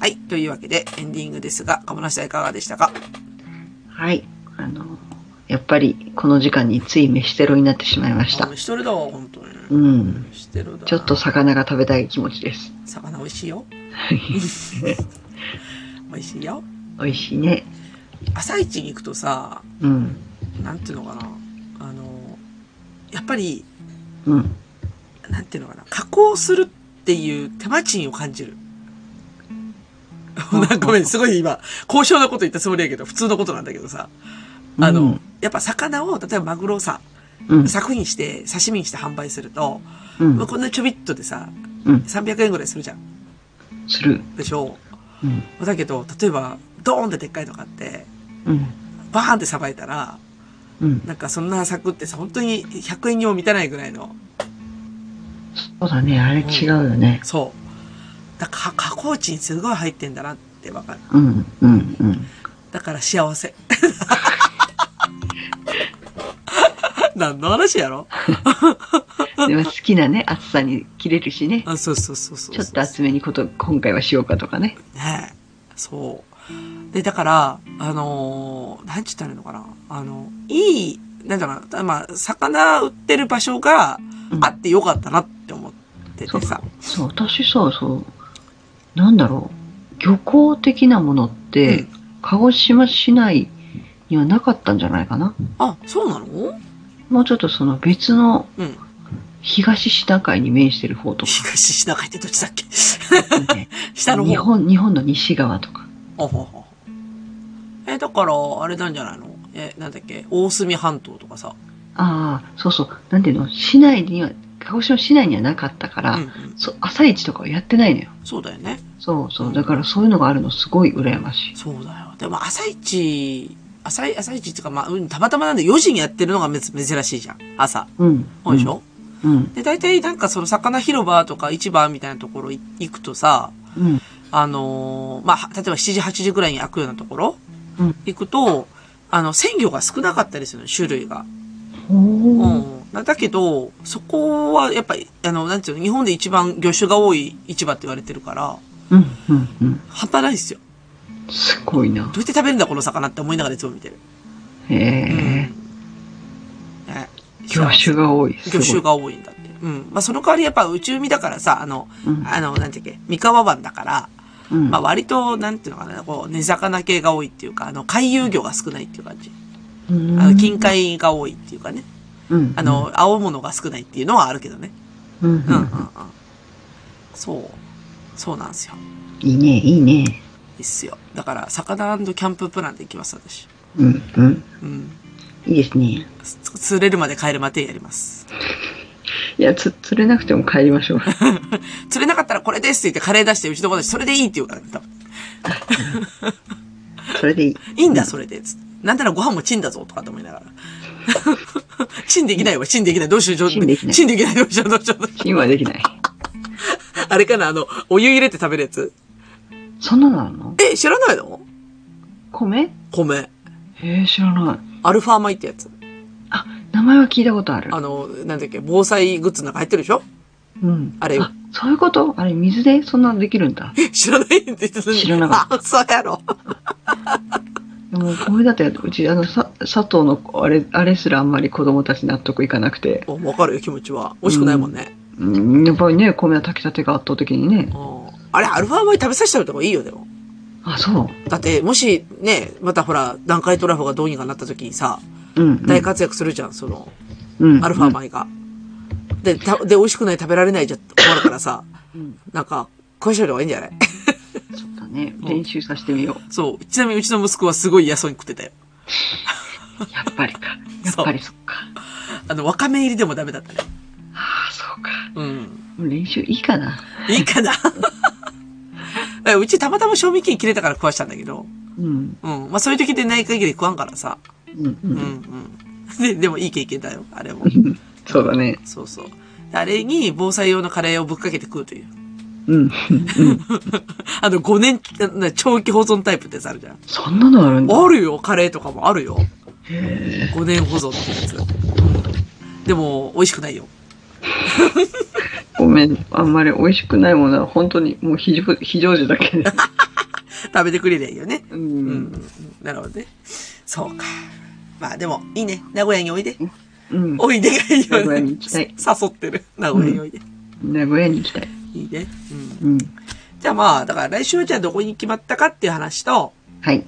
はい。というわけで、エンディングですが、鴨梨さんいかがでしたか
はい。あの、やっぱりこの時間につい飯テロになってしまいまし
あ
た
もう。一人だわ、本当に。
うん。
してるだ。
ちょっと魚が食べたい気持ちです。
魚美味しい よ。
はい
美味しいよ。
美味しいね。
朝一に行くとさ、
うん。
なんていうのかな。あの、やっぱり、
うん。
なんていうのかな。加工するっていう手間賃を感じる。 なんかごめん、すごい今、高尚なこと言ったつもりやけど、普通のことなんだけどさ。あの、
うん
やっぱ魚を、例えばマグロをさ、
うん。
作品して、刺身にして販売すると、
うん
まあ、こんなちょびっとでさ、
うん。
300円ぐらいするじゃん。
する。
でしょ
うん。
だけど、例えば、ドーンってでっかいの買って、
うん。
バーンってさばいたら、
うん。
なんかそんな柵ってさ、本当に100円にも満たないぐらいの、
そうだね。あれ違うよね。
そう。だから、加工値にすごい入ってんだなってわかる。
うん。うん。うん。
だから幸 せ。何の話やろ
でも好きなね、厚さに切れるしね。
あそうそうそうそうそう。
ちょっと厚めにこと、今回はしようかとかね。
ねえ。そう。で、だから、あのー、なんちゅったらいいのかな。あの、いい、なんだろうな、まあ、魚売ってる場所が
うん
あってよかったなって思って
そ
て
う
さ。
そう、私さ、そう、なんだろう。漁港的なものって、
うん
鹿児島市内にはなかったんじゃないかな。
あ、そうなの
もうちょっとその別の
うん。
東シナ海に面して る方とか、
東シナ海ってどっちだっけ
ね、
下の
日
方。
本、日本の西側とか。
ほほほえ、だから、あれなんじゃないのえ、なんだっけ大隅半島とかさ。
ああ、そうそう、なんていうの、市内には、鹿児島市内にはなかったから、
うんうん。
そう朝市とかはやってないのよ。
そうだよね。
そうそう、だからそういうのがあるのすごい羨ましい。
そうだよ。でも、朝市、朝い、朝市っていうか、まあ、うん、たまたまなんで4時にやってるのがめず珍しいじゃん。朝。
うん。
そうでしょ、
うん。
で、大体なんかその魚広場とか市場みたいなところい行くとさ、
うん。
あのーまあ、例えば7時、8時ぐらいに開くようなところ、
うん
行くと、あの、鮮魚が少なかったりするの、種類が。
うん。
う
おー
ん。だけど、そこはやっぱり、あの、なんていうの、日本で一番魚種が多い市場って言われてるから、
うん。うん。うん。
半端ないですよ。
すごい
ど
な。
うやって食べるんだ、この魚って思いながらいつも見てる。
へ
うん。
え。
ね
魚種が多い。す
魚
ごい
種。が多いんだって。うん。まあ、その代わりやっぱ宇宙海だからさ、あの、
うん
あの、なんていうっけ、三河湾だから、
うん
まあ割と、なんていうのかな、こう、根魚系が多いっていうか、あの、海遊魚が少ないっていう感じ。
うん
あの、近海が多いっていうかね。
うん
あの、青物が少ないっていうのはあるけどね。
うんう
うんうんうん
ん。。
そう。そうなんですよ。
いいね、いいね。
いいっすよ。だから、魚キャンププランで行きます、私。
うん、うん。
うん。
いいですね。
つ釣れるまで帰るまでやります。
いや、つ、釣れなくても帰りま しょう。
釣れなかったらこれですって言ってカレー出して、うちの子たちそれでいいって言うからね、多分。
それでいい。
いいんだ、それで。つってなんならご飯もチンだぞ、とかと思いながら。 チンできないわ、チンできない。どうしよう、
チンできない
チンできない、どうしよう、どうしよう。どうしよ
今はできない。
うあれかな、あの、お湯入れて食べるやつ。
そんなのあるの
え、知らないの
米
米。
へえ、知らない。
アルファ米ってやつ。
あ、名前は聞いたことある。
あの、なんだっけ、防災グッズなんか入ってるでしょ
うん。
あれよ
そういうことあれ、水でそんなのできるんだ。
え 知らないって言ってた
知らなか
った。あ、そうやろ。
でも、米だって、うち、あの、さ、砂糖の、あれ、あれすらあんまり子供たち納得いかなくて。
もうわかるよ、気持ちは。美味しくないもんね。
うん、やっぱりね、米は炊きたてが圧倒的にね。
うんあれ、アルファ米食べさせてあげた方がいいよ、でも。
あ、そ
だって、もしね、またほら、段階トラフがどうにかなった時にさ、
う。うん。
大活躍するじゃん、その、
うん。
アルファ米が。で、た、で、美味しくない食べられないじゃ困るからさ、
うん。
なんか、食いしといた方がいいんじゃ ない
そうだね。練習させてみよう。
そう。ちなみにうちの息子はすごい嫌そうに食ってたよ。
やっ ぱりか。やっぱりそっか。
あの、わかめ入りでもダメだったね。
ああ、そうか。
うん。
もう練習いいかな。
いいかな えうちたまたま賞味期限切れたから食わしたんだけど、
うん。
うん。まあ、そういう時でない限り食わんからさ。
うん、う
うん
ん。
うん。で、でもいい経験だよ、あれも。
そうだね。
そうそう。あれに防災用のカレーをぶっかけて食うという。
うん。
あの、5年、な長期保存タイプってやつあるじゃん。
そんなのあるんだ。
あるよ、カレーとかもあるよ。5年保存ってやつ。うんでも、美味しくないよ。
ごめん。あんまり美味しくないものは本当にもう非常非常時だけで。
食べてくれりゃいいよね。
う。
うんん。なるほどね。そうか。まあでも、いいね。名古屋においで。
うん。
おいでがいいよね。
名古屋に行きたい
誘ってる。名古屋においで。
名古屋に行きたい。
いいね。うん。
うん。
じゃあまあ、だから来週はじゃあどこに決まったかっていう話と、
はい。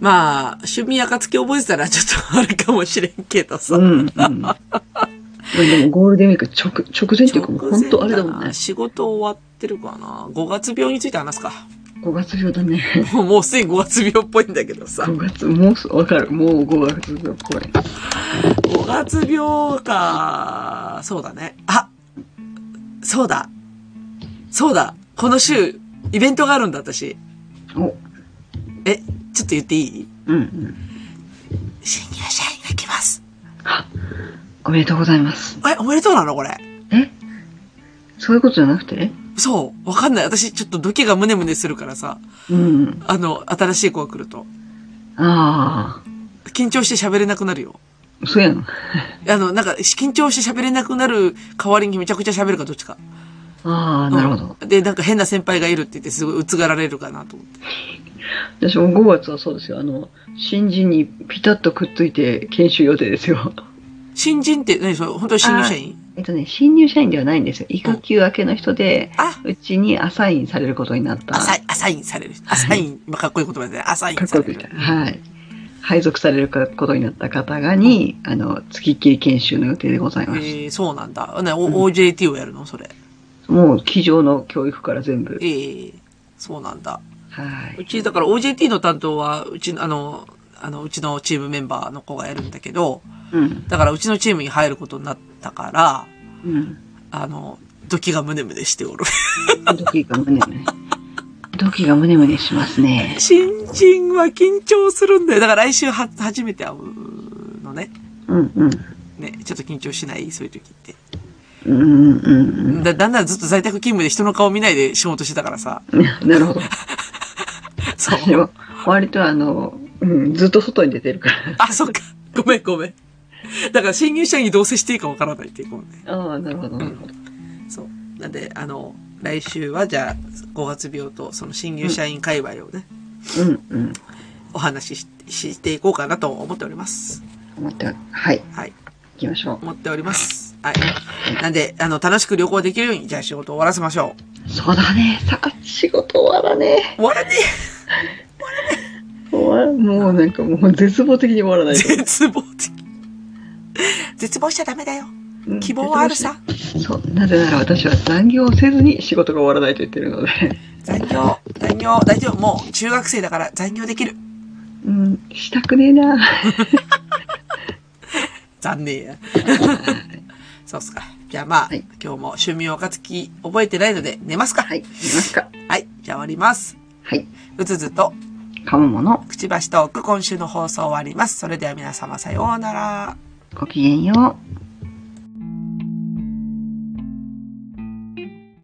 まあ、趣味暁覚えてたらちょっとあれかもしれんけどさ。
うん。 うん。これでもゴールデンウィーク直、直前っていうかもう本当あれだもんね。
仕事終わってるかな。5月病について話すか。
5月病だね。
もうもうすでに5月病っぽいんだけどさ。
5月、もうす、わかる。もう5月病怖い。
5月病か。そうだね。あそうだ。そうだ。この週、イベントがあるんだ、私。
お、
え、ちょっと言っていい
うんうん。
新入社員が来ます。
あ、おめでとうございます。
え、おめでとうなのこれ。
えそういうことじゃなくて
そう。わかんない。私、ちょっとドキがムネムネするからさ。
うん。
あの、新しい子が来ると。
あ
緊張して喋れなくなるよ。
あ、そうやん。
あの、なんか、緊張して喋れなくなる代わりにめちゃくちゃ喋るか、どっちか。
ああ、なるほど。
うんで、なんか変な先輩がいるって言って、すごいうつがられるかなと思って。
私も5月はそうですよ。あの、新人にピタッとくっついて研修予定ですよ。
新人って何それ本当に新入社員
えっとね、新入社員ではないんですよ。育休明けの人で、
あ
うちにアサインされることになった。
アサイン、アサインされる人。アサイン、今かっこいい言葉ですね。アサイ
か
ン
っこ
さ
よ
れ
く言った
る。
はい。配属されることになった方がに、あの、月っきり研修の予定でござい
え
ます。
ー、そうなんだ。ね、お OJT をやるのそれ。
もう、机上の教育から全部
え。ー、そうなんだ。
は
う
い。
ち、だから OJT の担当は、うちの、あの、あの、うちのチームメンバーの子がやるんだけど、
うん。
だからうちのチームに入ることになったから、
うん。
あの、ドキがムネムネしておる。
ドキがムネムネ。ドキがムネムネしますね。
新人は緊張するんだよ。だから来週は、初めて会うのね。
うんうん。
ね、ちょっと緊張しないそういう時って。
うんうんうん
だ、だんだんずっと在宅勤務で人の顔見ないで仕事してたからさ。
うん。なるほど。
そう。
でも、割とあの、うん、ずっと外に出てるから。
あ、そっか。ごめんごめん。だから新入社員にどう接していいかわからないっていうことね。
ああ、なるほど、なるほど。
そう。なんで、あの、来週はじゃあ、5月病とその新入社員界隈をね、
うんうん。
お話しししていこうかなと思っております。
思って、はい。
はい。
行きましょ
思っております。はい。なんで、あの、楽しく旅行できるように、じゃあ仕事を終わらせましょう。
う。そうだね。さあ、仕事終わらねえ。
終わらね
終わらもうなんかもう絶望的に終わらな
え
いと
絶望的。絶望しちゃダメだよ。
思 う。
希望はあるさ。
そう、なぜなら私は残業をせずに仕事が終わらないと言ってるので。
残業、残業、大丈夫。もう中学生だから残業できる。
うん、したくねえな。
残念や。 そうっすか。じゃあまあ、
はい
今日も趣味をかつき覚えてないので寝ますか。
は、
はいい。
見ますか。
じゃあ終わります。
はい、
うつずと、
かももの、
くちばしトーク、今週の放送終わります。それでは皆様さようなら。
ごきげんよう。